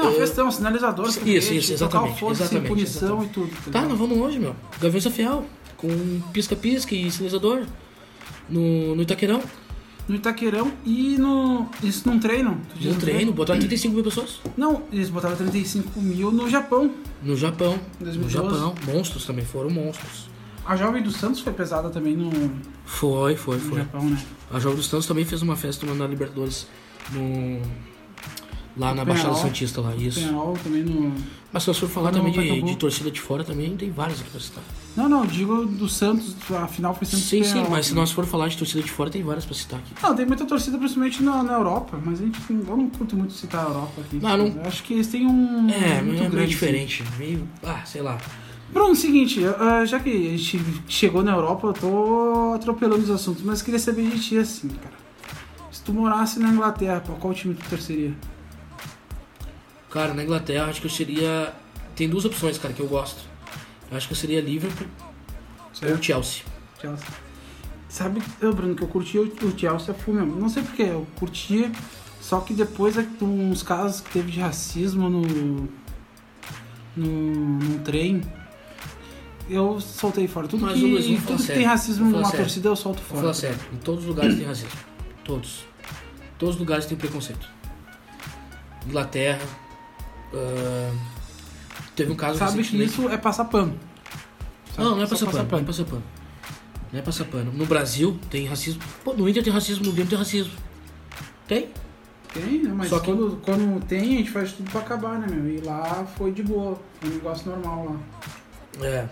Speaker 2: Não, festão, um sinalizador,
Speaker 1: Isso,
Speaker 2: foguete,
Speaker 1: isso,
Speaker 2: tocar
Speaker 1: exatamente,
Speaker 2: o foda sem
Speaker 1: exatamente,
Speaker 2: punição
Speaker 1: exatamente.
Speaker 2: e tudo.
Speaker 1: Tá,
Speaker 2: ligado?
Speaker 1: nós vamos hoje, meu. Gavião Fiel, com um pisca-pisca e sinalizador. No, no Itaquerão, Tá.
Speaker 2: No Itaquerão e no. Isso num treino? Tu diz
Speaker 1: no
Speaker 2: num
Speaker 1: treino, botaram 35 mil pessoas.
Speaker 2: Não, eles botaram 35 mil no Japão.
Speaker 1: No Japão. No
Speaker 2: 2012.
Speaker 1: Japão. Monstros também, foram monstros.
Speaker 2: A jovem do Santos foi pesada também no, no
Speaker 1: Foi, foi, foi.
Speaker 2: Japão, né?
Speaker 1: A Jovem dos Santos também fez uma festa na Libertadores no. Lá na
Speaker 2: Penharol.
Speaker 1: Baixada Santista, lá, isso.
Speaker 2: Penarol também no.
Speaker 1: Mas se eu for falar
Speaker 2: Não,
Speaker 1: também de,
Speaker 2: acabou.
Speaker 1: de torcida de fora, também tem várias aqui pra citar.
Speaker 2: Não, não, digo do Santos, a final foi Santos
Speaker 1: Sim, sim,
Speaker 2: Penarol.
Speaker 1: mas se nós for falar de torcida de fora, tem várias pra citar aqui.
Speaker 2: Não, Ah, tem muita torcida, principalmente na, na Europa, mas a gente, eu não curto muito citar a Europa aqui.
Speaker 1: Ah, Não, não-
Speaker 2: Eu Acho que eles têm um.
Speaker 1: É,
Speaker 2: muito
Speaker 1: meio, meio
Speaker 2: grande,
Speaker 1: diferente. Meio. Ah, sei lá.
Speaker 2: assim. Bruno, seguinte, ah, já que a gente chegou na Europa, eu tô atropelando os assuntos, mas queria saber de ti, assim, cara. Se tu morasse na Inglaterra, pra qual time tu torceria?
Speaker 1: Cara, na Inglaterra acho que eu seria. Tem duas opções, cara, que eu gosto. Eu acho que eu seria Liverpool ou Chelsea.
Speaker 2: Chelsea. Sabe, eu, Bruno, que eu curtia o Chelsea a full mesmo. Não sei porquê, eu curtia. Só que depois de uns casos que teve de racismo no. no, no trem, eu soltei fora. Tudo
Speaker 1: Mas,
Speaker 2: que,
Speaker 1: ô, Luiz, vamos falar
Speaker 2: tudo que
Speaker 1: sério.
Speaker 2: tem racismo
Speaker 1: Vamos falar
Speaker 2: numa
Speaker 1: sério.
Speaker 2: torcida eu solto
Speaker 1: Vou falar
Speaker 2: fora.
Speaker 1: sério, em todos os lugares tem racismo. Todos. Todos os lugares tem preconceito. Inglaterra. ah, teve um caso
Speaker 2: Sabe que
Speaker 1: recentemente.
Speaker 2: isso é passar pano. Sabe
Speaker 1: Não, não é
Speaker 2: que isso
Speaker 1: passar pano, não é passar pano. Não é passar pano. No Brasil tem racismo. Pô, no Inter tem racismo, no Grêmio tem racismo. Tem?
Speaker 2: Tem, né? Mas
Speaker 1: Só que-
Speaker 2: quando, quando tem, a gente faz tudo pra acabar, né, meu? E lá foi de boa, foi um negócio normal lá.
Speaker 1: É.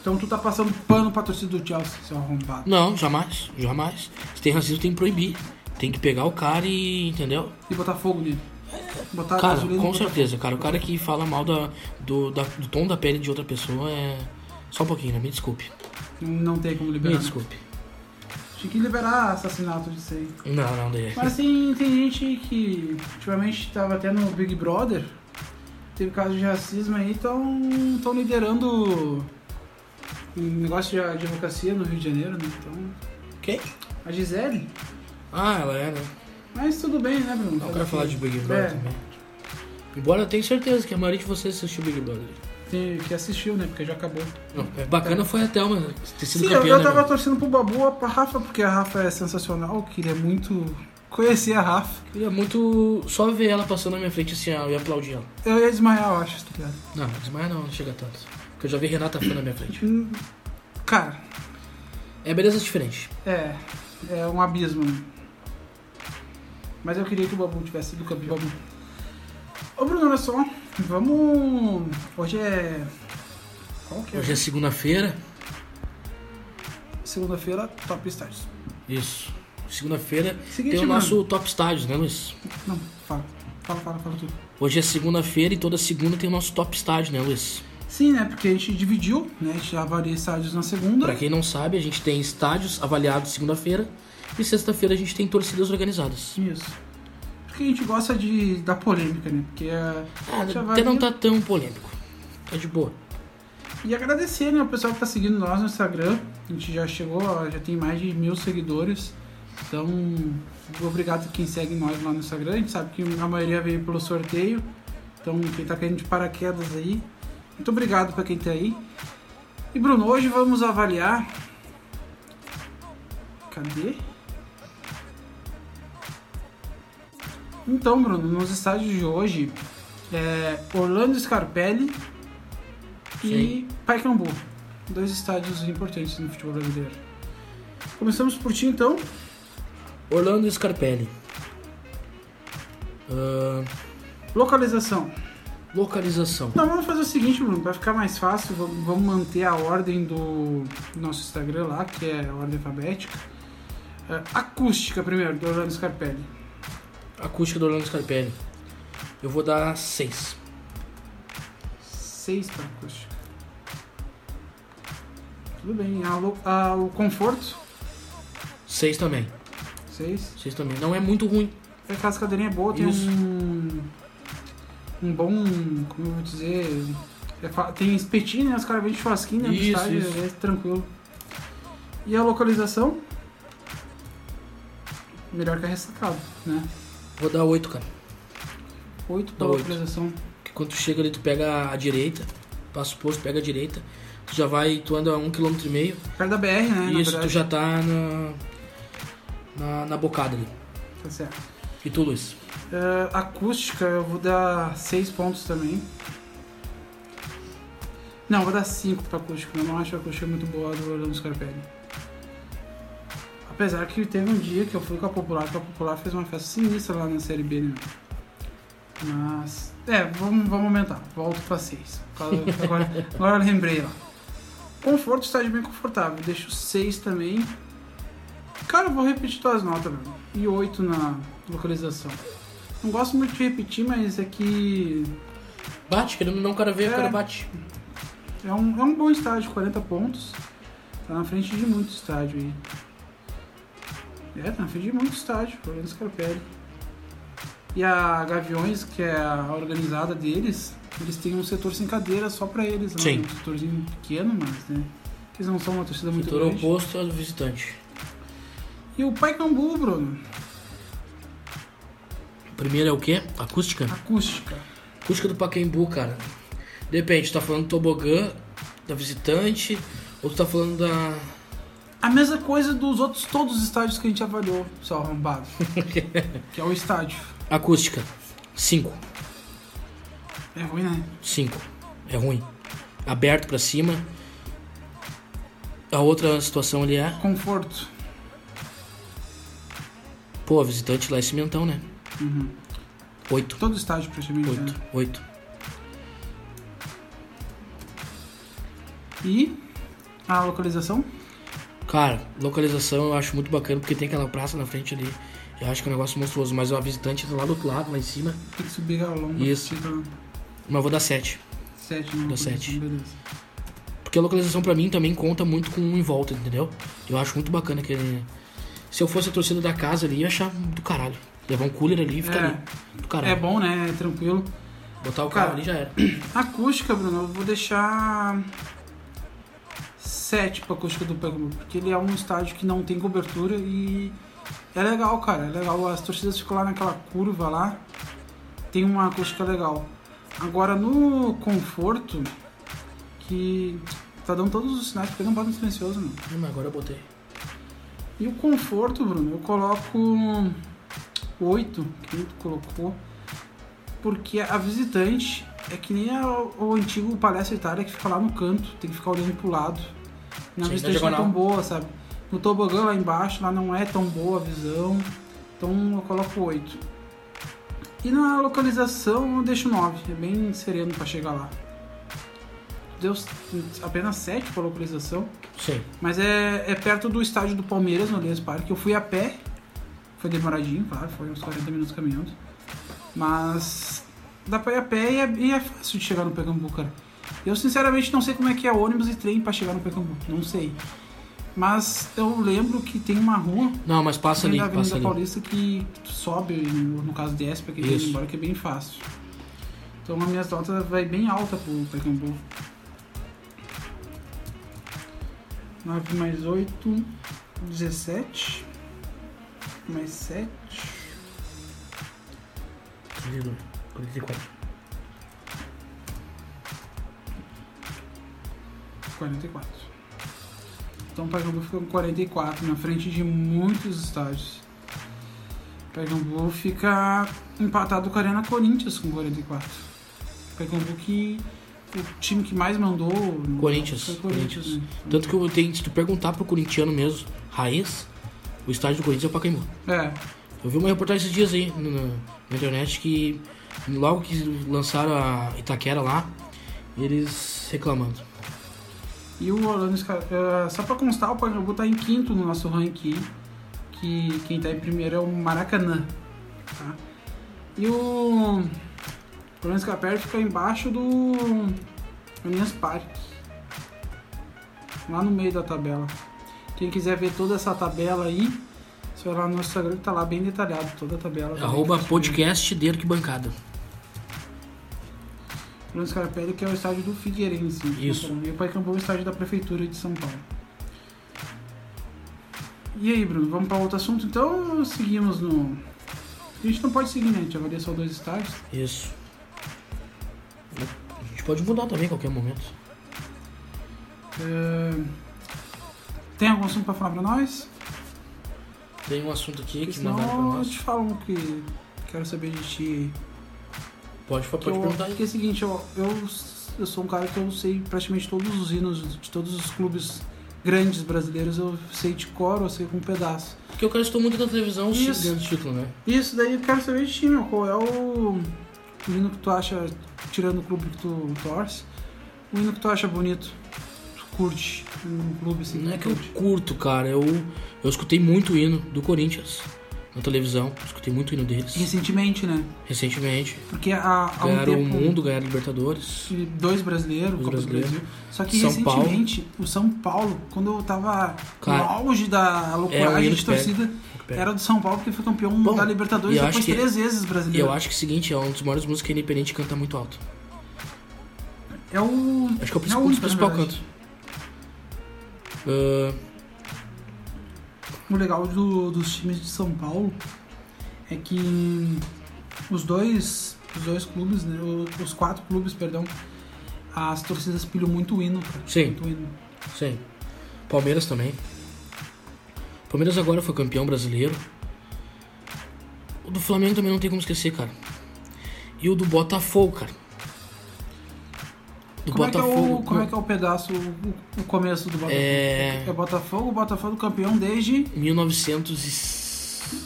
Speaker 2: Então tu tá passando pano pra torcida do Chelsea, seu arrombado.
Speaker 1: Não, jamais, jamais. Se tem racismo, tem que proibir. Tem que pegar o cara e. Entendeu?
Speaker 2: E botar fogo nele. Botar
Speaker 1: Cara,
Speaker 2: gasolina e
Speaker 1: com
Speaker 2: botar
Speaker 1: certeza, cara. O cara que fala mal da, do, da- do tom da pele de outra pessoa é. Só um pouquinho, né? Me desculpe.
Speaker 2: fogo. Não tem como liberar.
Speaker 1: Me
Speaker 2: né?
Speaker 1: desculpe.
Speaker 2: Tinha que liberar assassinato disso aí.
Speaker 1: Não, não, daí. é.
Speaker 2: Mas assim, tem, tem gente que ultimamente tava até no Big Brother, teve caso de racismo aí, estão tão liderando um negócio de advocacia no Rio de Janeiro, né? Então,
Speaker 1: Quem?
Speaker 2: a Gisele.
Speaker 1: Ah, ela é, né?
Speaker 2: Mas tudo bem, né, Bruno?
Speaker 1: Não quero falar de Big
Speaker 2: É.
Speaker 1: Brother também. Embora eu tenha certeza que a maioria de vocês assistiu Big Brother.
Speaker 2: Tem- que assistiu, né? Porque já acabou.
Speaker 1: Não, é bacana foi a Thelma ter sido
Speaker 2: Sim, eu,
Speaker 1: campeã.
Speaker 2: eu
Speaker 1: né,
Speaker 2: tava
Speaker 1: meu?
Speaker 2: torcendo pro Babu, pra Rafa, porque a Rafa é sensacional, eu queria muito conhecer a Rafa.
Speaker 1: Queria É muito só ver ela passando na minha frente assim, ó, e aplaudir ela.
Speaker 2: Eu ia desmaiar, eu acho, tá ligado?
Speaker 1: Não, desmaia não, não chega tanto. Porque eu já vi Renata Fã na minha frente.
Speaker 2: Hum, Cara,
Speaker 1: É beleza diferente.
Speaker 2: é. É um abismo. né? Mas eu queria que o Babu tivesse sido campeão. Babu. Ô Bruno, olha só. Vamos. Hoje é. Qual que é?
Speaker 1: Hoje é segunda-feira.
Speaker 2: Segunda-feira, Top Stars.
Speaker 1: Isso. Segunda-feira
Speaker 2: Seguinte,
Speaker 1: tem o
Speaker 2: mano.
Speaker 1: nosso Top Estádios, né, Luiz?
Speaker 2: Não, fala. Fala, fala, fala tudo.
Speaker 1: Hoje é segunda-feira e toda segunda tem o nosso Top Estádio, né, Luiz?
Speaker 2: Sim, né? Porque a gente dividiu, né? A gente avalia estádios na segunda.
Speaker 1: Pra quem não sabe, a gente tem estádios avaliados segunda-feira e sexta-feira a gente tem torcidas organizadas.
Speaker 2: Isso. Porque a gente gosta de da polêmica, né? Porque é,
Speaker 1: Ah,
Speaker 2: Já
Speaker 1: até
Speaker 2: vai
Speaker 1: não
Speaker 2: vir.
Speaker 1: tá tão polêmico. Tá de boa.
Speaker 2: E agradecer, né, o pessoal que tá seguindo nós no Instagram. A gente já chegou, ó, já tem mais de mil seguidores. Então, obrigado a quem segue nós lá no Instagram. A gente sabe que a maioria veio pelo sorteio. Então, quem tá caindo de paraquedas aí, muito obrigado pra quem tá aí. E, Bruno, hoje vamos avaliar. Cadê? Então, Bruno, nos estádios de hoje, é Orlando Scarpelli e Pacaembu. Dois estádios importantes no futebol brasileiro. Começamos por ti, então.
Speaker 1: Orlando e Scarpelli. Ahn,
Speaker 2: Localização.
Speaker 1: localização.
Speaker 2: Então vamos fazer o seguinte, Bruno, pra ficar mais fácil, va- vamos manter a ordem do nosso Instagram lá, que é a ordem alfabética. É, acústica primeiro, do Orlando Scarpelli.
Speaker 1: Acústica do Orlando Scarpelli. Eu vou dar 6.
Speaker 2: Seis pra acústica. Tudo bem. A lo- a- o conforto,
Speaker 1: 6 também.
Speaker 2: seis.
Speaker 1: 6 também. Não é muito ruim.
Speaker 2: Aquelas cadeirinhas boas, tem
Speaker 1: Isso.
Speaker 2: um. Um bom. Como eu vou dizer. é fa- tem espetinho, né? Os caras vendem churrasquinho né? no
Speaker 1: Isso,
Speaker 2: estádio,
Speaker 1: isso.
Speaker 2: é tranquilo. E a localização? Melhor que a ressacada, né?
Speaker 1: Vou dar 8, cara.
Speaker 2: 8 pra
Speaker 1: Dá oito.
Speaker 2: localização.
Speaker 1: Porque quando tu chega ali, tu pega a direita, passa o posto, pega a direita, tu já vai, tu anda um quilômetro e meio,
Speaker 2: Perto da BR, né?
Speaker 1: e
Speaker 2: na
Speaker 1: isso tu
Speaker 2: verdade.
Speaker 1: já tá na, na, na bocada ali.
Speaker 2: Tá certo.
Speaker 1: E tu, Luiz?
Speaker 2: É, acústica, eu vou dar 6 pontos também. Não, vou dar 5 pra acústica. Eu não acho a acústica muito boa do Orlando Scarpelli. Apesar que teve um dia que eu fui com a Popular, que a Popular fez uma festa sinistra lá na Série B, né? Mas. É, vamos, vamos aumentar. Volto pra 6. Agora, agora eu lembrei lá. Conforto, estágio bem confortável. Deixo 6 também. Cara, eu vou repetir tuas notas, mano. E 8 na localização. Não gosto muito de repetir, mas é que
Speaker 1: Bate, querendo ou não, o cara vê, o
Speaker 2: É.
Speaker 1: cara bate.
Speaker 2: é um, é um bom estádio, 40 pontos. Tá na frente de muito estádio aí. É, tá na frente de muito estádio, pelo menos que eu quero. E a Gaviões, que é a organizada deles, eles têm um setor sem cadeira só pra eles. lá,
Speaker 1: Sim.
Speaker 2: né? Um setorzinho pequeno, mas, né? Eles não são uma torcida muito
Speaker 1: Setor
Speaker 2: grande.
Speaker 1: oposto ao visitante.
Speaker 2: E o Paykambu, Bruno,
Speaker 1: Primeiro é o quê? Acústica?
Speaker 2: acústica.
Speaker 1: Acústica do Pacaembu, cara. Depende, tu tá falando do tobogã, da visitante, ou tu tá falando da.
Speaker 2: A mesma coisa dos outros todos os estádios que a gente avaliou, pessoal arrombado. que é o estádio.
Speaker 1: Acústica. 5.
Speaker 2: É ruim, né?
Speaker 1: 5. É ruim. Aberto pra cima. A outra situação ali é.
Speaker 2: Conforto.
Speaker 1: Pô, a visitante lá é cimentão, né?
Speaker 2: Uhum.
Speaker 1: 8.
Speaker 2: Todo estádio praticamente. né?
Speaker 1: 8. 8.
Speaker 2: E a localização?
Speaker 1: Cara, localização eu acho muito bacana, porque tem aquela praça na frente ali. Eu acho que é um negócio monstruoso, mas a visitante tá lá do outro lado, lá em cima.
Speaker 2: Tem que subir a longa.
Speaker 1: Isso.
Speaker 2: Fica
Speaker 1: Mas eu vou dar 7.
Speaker 2: sete, né?
Speaker 1: Dá sete.
Speaker 2: Beleza.
Speaker 1: Porque a localização pra mim também conta muito com o em volta, entendeu? Eu acho muito bacana aquele. Se eu fosse a torcida da casa ali, ia achar do caralho. Levar um cooler ali e ficar
Speaker 2: É.
Speaker 1: ali. Do
Speaker 2: É
Speaker 1: caralho.
Speaker 2: bom, né? É tranquilo.
Speaker 1: Botar o carro
Speaker 2: Cara.
Speaker 1: ali já era.
Speaker 2: Acústica, Bruno, eu vou deixar 7 pra acústica do Pegmo, porque ele é um estádio que não tem cobertura e é legal, cara, é legal. As torcidas ficam lá naquela curva lá, tem uma acústica legal. Agora no conforto, que tá dando todos os sinais, porque não bota no silencioso, não.
Speaker 1: Hum, agora eu botei.
Speaker 2: E o conforto, Bruno, eu coloco 8, que tu colocou, porque a visitante é que nem a- o antigo Palestra Itália que fica lá no canto, tem que ficar olhando pro lado. Na
Speaker 1: Sim,
Speaker 2: visitante
Speaker 1: na
Speaker 2: não é tão
Speaker 1: diagonal.
Speaker 2: boa, sabe? No tobogã lá embaixo, lá não é tão boa a visão, então eu coloco 8. E na localização eu deixo 9, é bem sereno pra chegar lá. Deu apenas 7 pra localização.
Speaker 1: Sim.
Speaker 2: Mas é, é perto do estádio do Palmeiras, no Allianz Parque. Eu fui a pé. Foi demoradinho, claro. Foi uns 40 minutos caminhando. Mas dá pra ir a pé e é, e é fácil de chegar no Pernambuco, cara. Eu, sinceramente, não sei como é que é ônibus e trem pra chegar no Pernambuco. Não sei. Mas eu lembro que tem uma rua
Speaker 1: Não, mas passa ali,
Speaker 2: na Avenida
Speaker 1: passa ali.
Speaker 2: Paulista que sobe, no no caso desce pra quem tá indo
Speaker 1: Isso.
Speaker 2: embora, que é bem fácil. Então a minha nota vai bem alta pro Pernambuco. 9 mais 8, 17. Mais 7.
Speaker 1: 32, 44.
Speaker 2: 44. Então o Pacaembu fica com 44, na frente de muitos estádios. O Pacaembu fica empatado com a Arena Corinthians com 44. O Pacaembu que o time que mais mandou... no-
Speaker 1: Corinthians,
Speaker 2: Foi o Corinthians,
Speaker 1: Corinthians.
Speaker 2: né?
Speaker 1: Tanto que eu tenho, se tu perguntar pro corintiano mesmo, raiz, o estádio do Corinthians é o Pacaembu.
Speaker 2: É,
Speaker 1: Eu vi uma reportagem esses dias aí no- no- na internet que logo que lançaram a Itaquera lá, eles reclamando.
Speaker 2: E o Orlando, Scar- eh, só pra constar, o Pacaembu tá em quinto no nosso ranking, que quem tá em primeiro é o Maracanã. tá? E o Orlando Scarpelli fica embaixo do Unias Parque, lá no meio da tabela. Quem quiser ver toda essa tabela aí, só lá no nosso Instagram que tá lá bem detalhado, toda a tabela.
Speaker 1: Arroba podcast de arquibancada.
Speaker 2: Orlando Scarpelli, que é o estádio do Figueirense.
Speaker 1: Isso.
Speaker 2: E o Pacaembu é o estádio da Prefeitura de São Paulo. E aí, Bruno, vamos para outro assunto então ou seguimos no. A gente não pode seguir, né? A gente avalia só dois estádios.
Speaker 1: Isso. A gente pode mudar também a qualquer momento.
Speaker 2: É, Tem algum assunto para falar para nós?
Speaker 1: Tem um assunto aqui
Speaker 2: Porque
Speaker 1: que mandaram pra
Speaker 2: senão eu
Speaker 1: nós.
Speaker 2: te falo um que quero saber de ti.
Speaker 1: Pode, pode
Speaker 2: Que eu-
Speaker 1: perguntar aí.
Speaker 2: Porque é o seguinte, eu, eu, eu sou um cara que eu sei praticamente todos os hinos de todos os clubes grandes brasileiros. Eu sei de cor, eu sei com um pedaço.
Speaker 1: Porque eu cara estou muito na televisão
Speaker 2: Isso.
Speaker 1: dentro do título, né?
Speaker 2: Isso, daí eu quero saber de ti, meu. Qual é o, o hino que tu acha, tirando o clube que tu torce, o hino que tu acha bonito, tu curte num clube assim?
Speaker 1: Não é que
Speaker 2: tu
Speaker 1: eu
Speaker 2: curte.
Speaker 1: curto, cara. Eu, eu escutei muito o hino do Corinthians. na televisão. Escutei muito o hino deles.
Speaker 2: Recentemente, né?
Speaker 1: Recentemente.
Speaker 2: Porque há, há um
Speaker 1: Ganharam
Speaker 2: tempo...
Speaker 1: o mundo, ganharam a Libertadores.
Speaker 2: E dois brasileiros,
Speaker 1: Dois
Speaker 2: Copa
Speaker 1: brasileiros.
Speaker 2: do Brasil. Só que
Speaker 1: São Paulo.
Speaker 2: recentemente, o São Paulo, quando eu tava
Speaker 1: Cara,
Speaker 2: no auge da
Speaker 1: é, o
Speaker 2: loucuragem
Speaker 1: hino
Speaker 2: de
Speaker 1: que pega.
Speaker 2: torcida,
Speaker 1: O que pega.
Speaker 2: era do São Paulo que foi campeão
Speaker 1: Bom,
Speaker 2: da Libertadores
Speaker 1: e eu
Speaker 2: depois
Speaker 1: acho que-
Speaker 2: três vezes
Speaker 1: E
Speaker 2: brasileiro.
Speaker 1: eu acho que é o seguinte, é um dos maiores músicos que é independente e canta muito alto.
Speaker 2: É o.
Speaker 1: Acho que é o principal,
Speaker 2: não único, na
Speaker 1: principal
Speaker 2: verdade.
Speaker 1: canto. Ah,
Speaker 2: O legal do- dos times de São Paulo é que os dois, os dois clubes, né, o- os quatro clubes, perdão, as torcidas pilham muito o hino, cara.
Speaker 1: Sim.
Speaker 2: Muito hino.
Speaker 1: Sim. Palmeiras também. Palmeiras agora foi campeão brasileiro. O do Flamengo também não tem como esquecer, cara. E o do Botafogo, cara. Do
Speaker 2: Como, é que é
Speaker 1: Botafogo.
Speaker 2: o, como é que é o pedaço, o, o começo do Botafogo?
Speaker 1: É.
Speaker 2: É Botafogo, Botafogo campeão desde.
Speaker 1: 1900 e...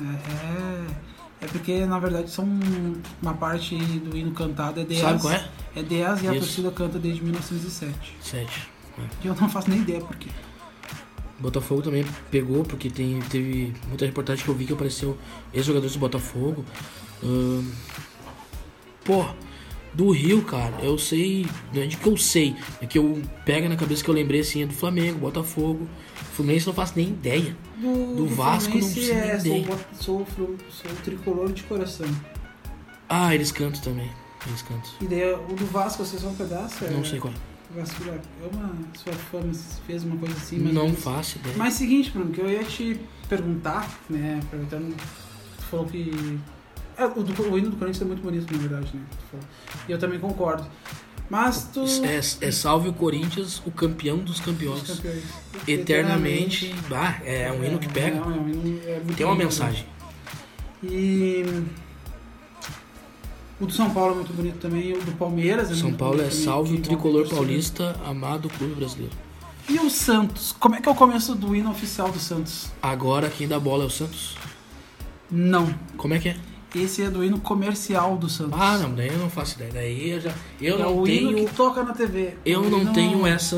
Speaker 2: É, é porque na verdade são uma parte do hino cantado é 10.
Speaker 1: Sabe qual é?
Speaker 2: É 10 e a
Speaker 1: Isso.
Speaker 2: torcida canta desde 1907.
Speaker 1: Sete. É.
Speaker 2: E eu não faço nem ideia por quê.
Speaker 1: Botafogo também pegou, porque tem, teve muita reportagem que eu vi que apareceu ex-jogadores do Botafogo. Ahn, pô, do Rio, cara, eu sei. Não é de que eu sei, é que eu pega na cabeça que eu lembrei assim, é do Flamengo, Botafogo. Fluminense eu não faço nem ideia.
Speaker 2: Do,
Speaker 1: Do Vasco, não
Speaker 2: Fluminense,
Speaker 1: sei
Speaker 2: é, sou,
Speaker 1: nem.
Speaker 2: bo- sou, flu- sou um tricolor de coração.
Speaker 1: Ah, eles cantam também. Eles cantam.
Speaker 2: E daí o do Vasco, vocês são um pedaço? é-
Speaker 1: Não sei qual.
Speaker 2: Vasco da Gama, sua fama se fez uma coisa assim, mas.
Speaker 1: Não faço ideia.
Speaker 2: Mas seguinte, Bruno, que eu ia te perguntar, né? Aproveitando. Tu falou que. É, o, do, o hino do Corinthians é muito bonito, na verdade, né? tu falou. E eu também concordo. Mas tu.
Speaker 1: É, é salve o Corinthians, o campeão dos
Speaker 2: Os
Speaker 1: campeões.
Speaker 2: campeões.
Speaker 1: Eternamente. Ah, é um hino que pega.
Speaker 2: Não, é um hino, é muito
Speaker 1: Tem uma
Speaker 2: bonito.
Speaker 1: mensagem.
Speaker 2: E. O do São Paulo é muito bonito também, e o do Palmeiras é
Speaker 1: São
Speaker 2: muito
Speaker 1: Paulo é
Speaker 2: bonito também,
Speaker 1: salve
Speaker 2: que
Speaker 1: o
Speaker 2: envolve
Speaker 1: tricolor
Speaker 2: torcida.
Speaker 1: paulista, amado clube brasileiro.
Speaker 2: E o Santos? Como é que é o começo do hino oficial do Santos?
Speaker 1: Agora quem dá bola é o Santos?
Speaker 2: Não.
Speaker 1: Como é que é?
Speaker 2: Esse é do hino comercial do Santos.
Speaker 1: Ah, não, daí eu não faço ideia. Daí eu já. Eu
Speaker 2: é
Speaker 1: não
Speaker 2: o hino
Speaker 1: tenho.
Speaker 2: que toca na TV.
Speaker 1: Eu
Speaker 2: O
Speaker 1: não
Speaker 2: hino- é-
Speaker 1: tenho essa.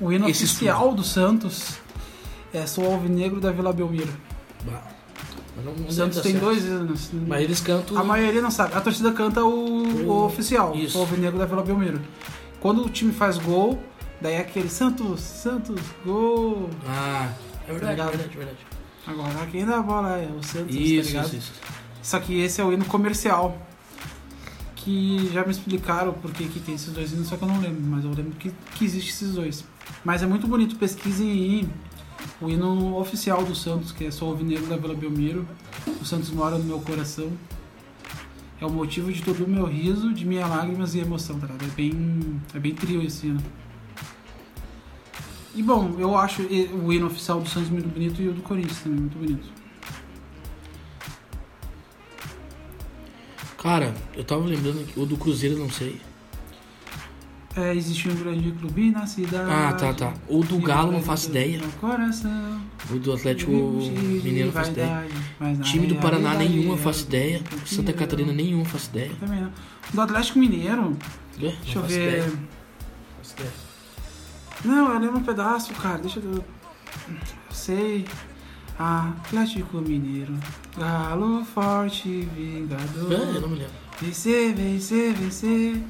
Speaker 2: O hino
Speaker 1: esse
Speaker 2: oficial do Santos é Sou Alvinegro da Vila Belmiro.
Speaker 1: Bah, mas não- não
Speaker 2: O
Speaker 1: deve
Speaker 2: Santos
Speaker 1: dar
Speaker 2: tem
Speaker 1: certo.
Speaker 2: dois hinos. né?
Speaker 1: Mas eles cantam.
Speaker 2: A maioria não sabe. A torcida canta o, o oficial,
Speaker 1: Isso.
Speaker 2: o Alvinegro da Vila Belmiro. Quando o time faz gol, daí é aquele Santos, Santos, gol.
Speaker 1: Ah, é verdade,
Speaker 2: Tá
Speaker 1: é
Speaker 2: ligado?
Speaker 1: verdade, é verdade.
Speaker 2: Agora quem dá a bola é o Santos,
Speaker 1: Isso,
Speaker 2: tá ligado?
Speaker 1: isso, isso.
Speaker 2: Só que esse é o hino comercial. Que já me explicaram por que, que tem esses dois hinos, só que eu não lembro, mas eu lembro que, que existe esses dois. Mas é muito bonito, pesquisem aí o hino oficial do Santos, que é Sou Alvinegro da Vila Belmiro. O Santos mora no meu coração. É o motivo de todo o meu riso, de minhas lágrimas e emoção, tá ligado? É bem, é bem trio esse hino. E bom, eu acho e- o hino oficial do Santos muito bonito e o do Corinthians também muito bonito.
Speaker 1: Cara, eu tava lembrando que o do Cruzeiro, não sei.
Speaker 2: É, existe um grande clube na cidade.
Speaker 1: Ah, tá, tá. O do Galo, não faço ideia.
Speaker 2: Meu um coração. Um
Speaker 1: O do Atlético Mineiro, não faço ideia. Time
Speaker 2: é
Speaker 1: do Paraná, nenhum, eu faço ideia. Santa Catarina, nenhum, eu faço ideia.
Speaker 2: Também não. Do Atlético Mineiro,
Speaker 1: Não
Speaker 2: deixa eu
Speaker 1: faço
Speaker 2: ver.
Speaker 1: ideia, não faço ideia.
Speaker 2: Não, eu lembro um pedaço, cara. Deixa eu. Eu sei. Ah, Atlético Mineiro. Galo forte, vingador.
Speaker 1: Ah, eu não me lembro.
Speaker 2: Vencer, vencer, vencer.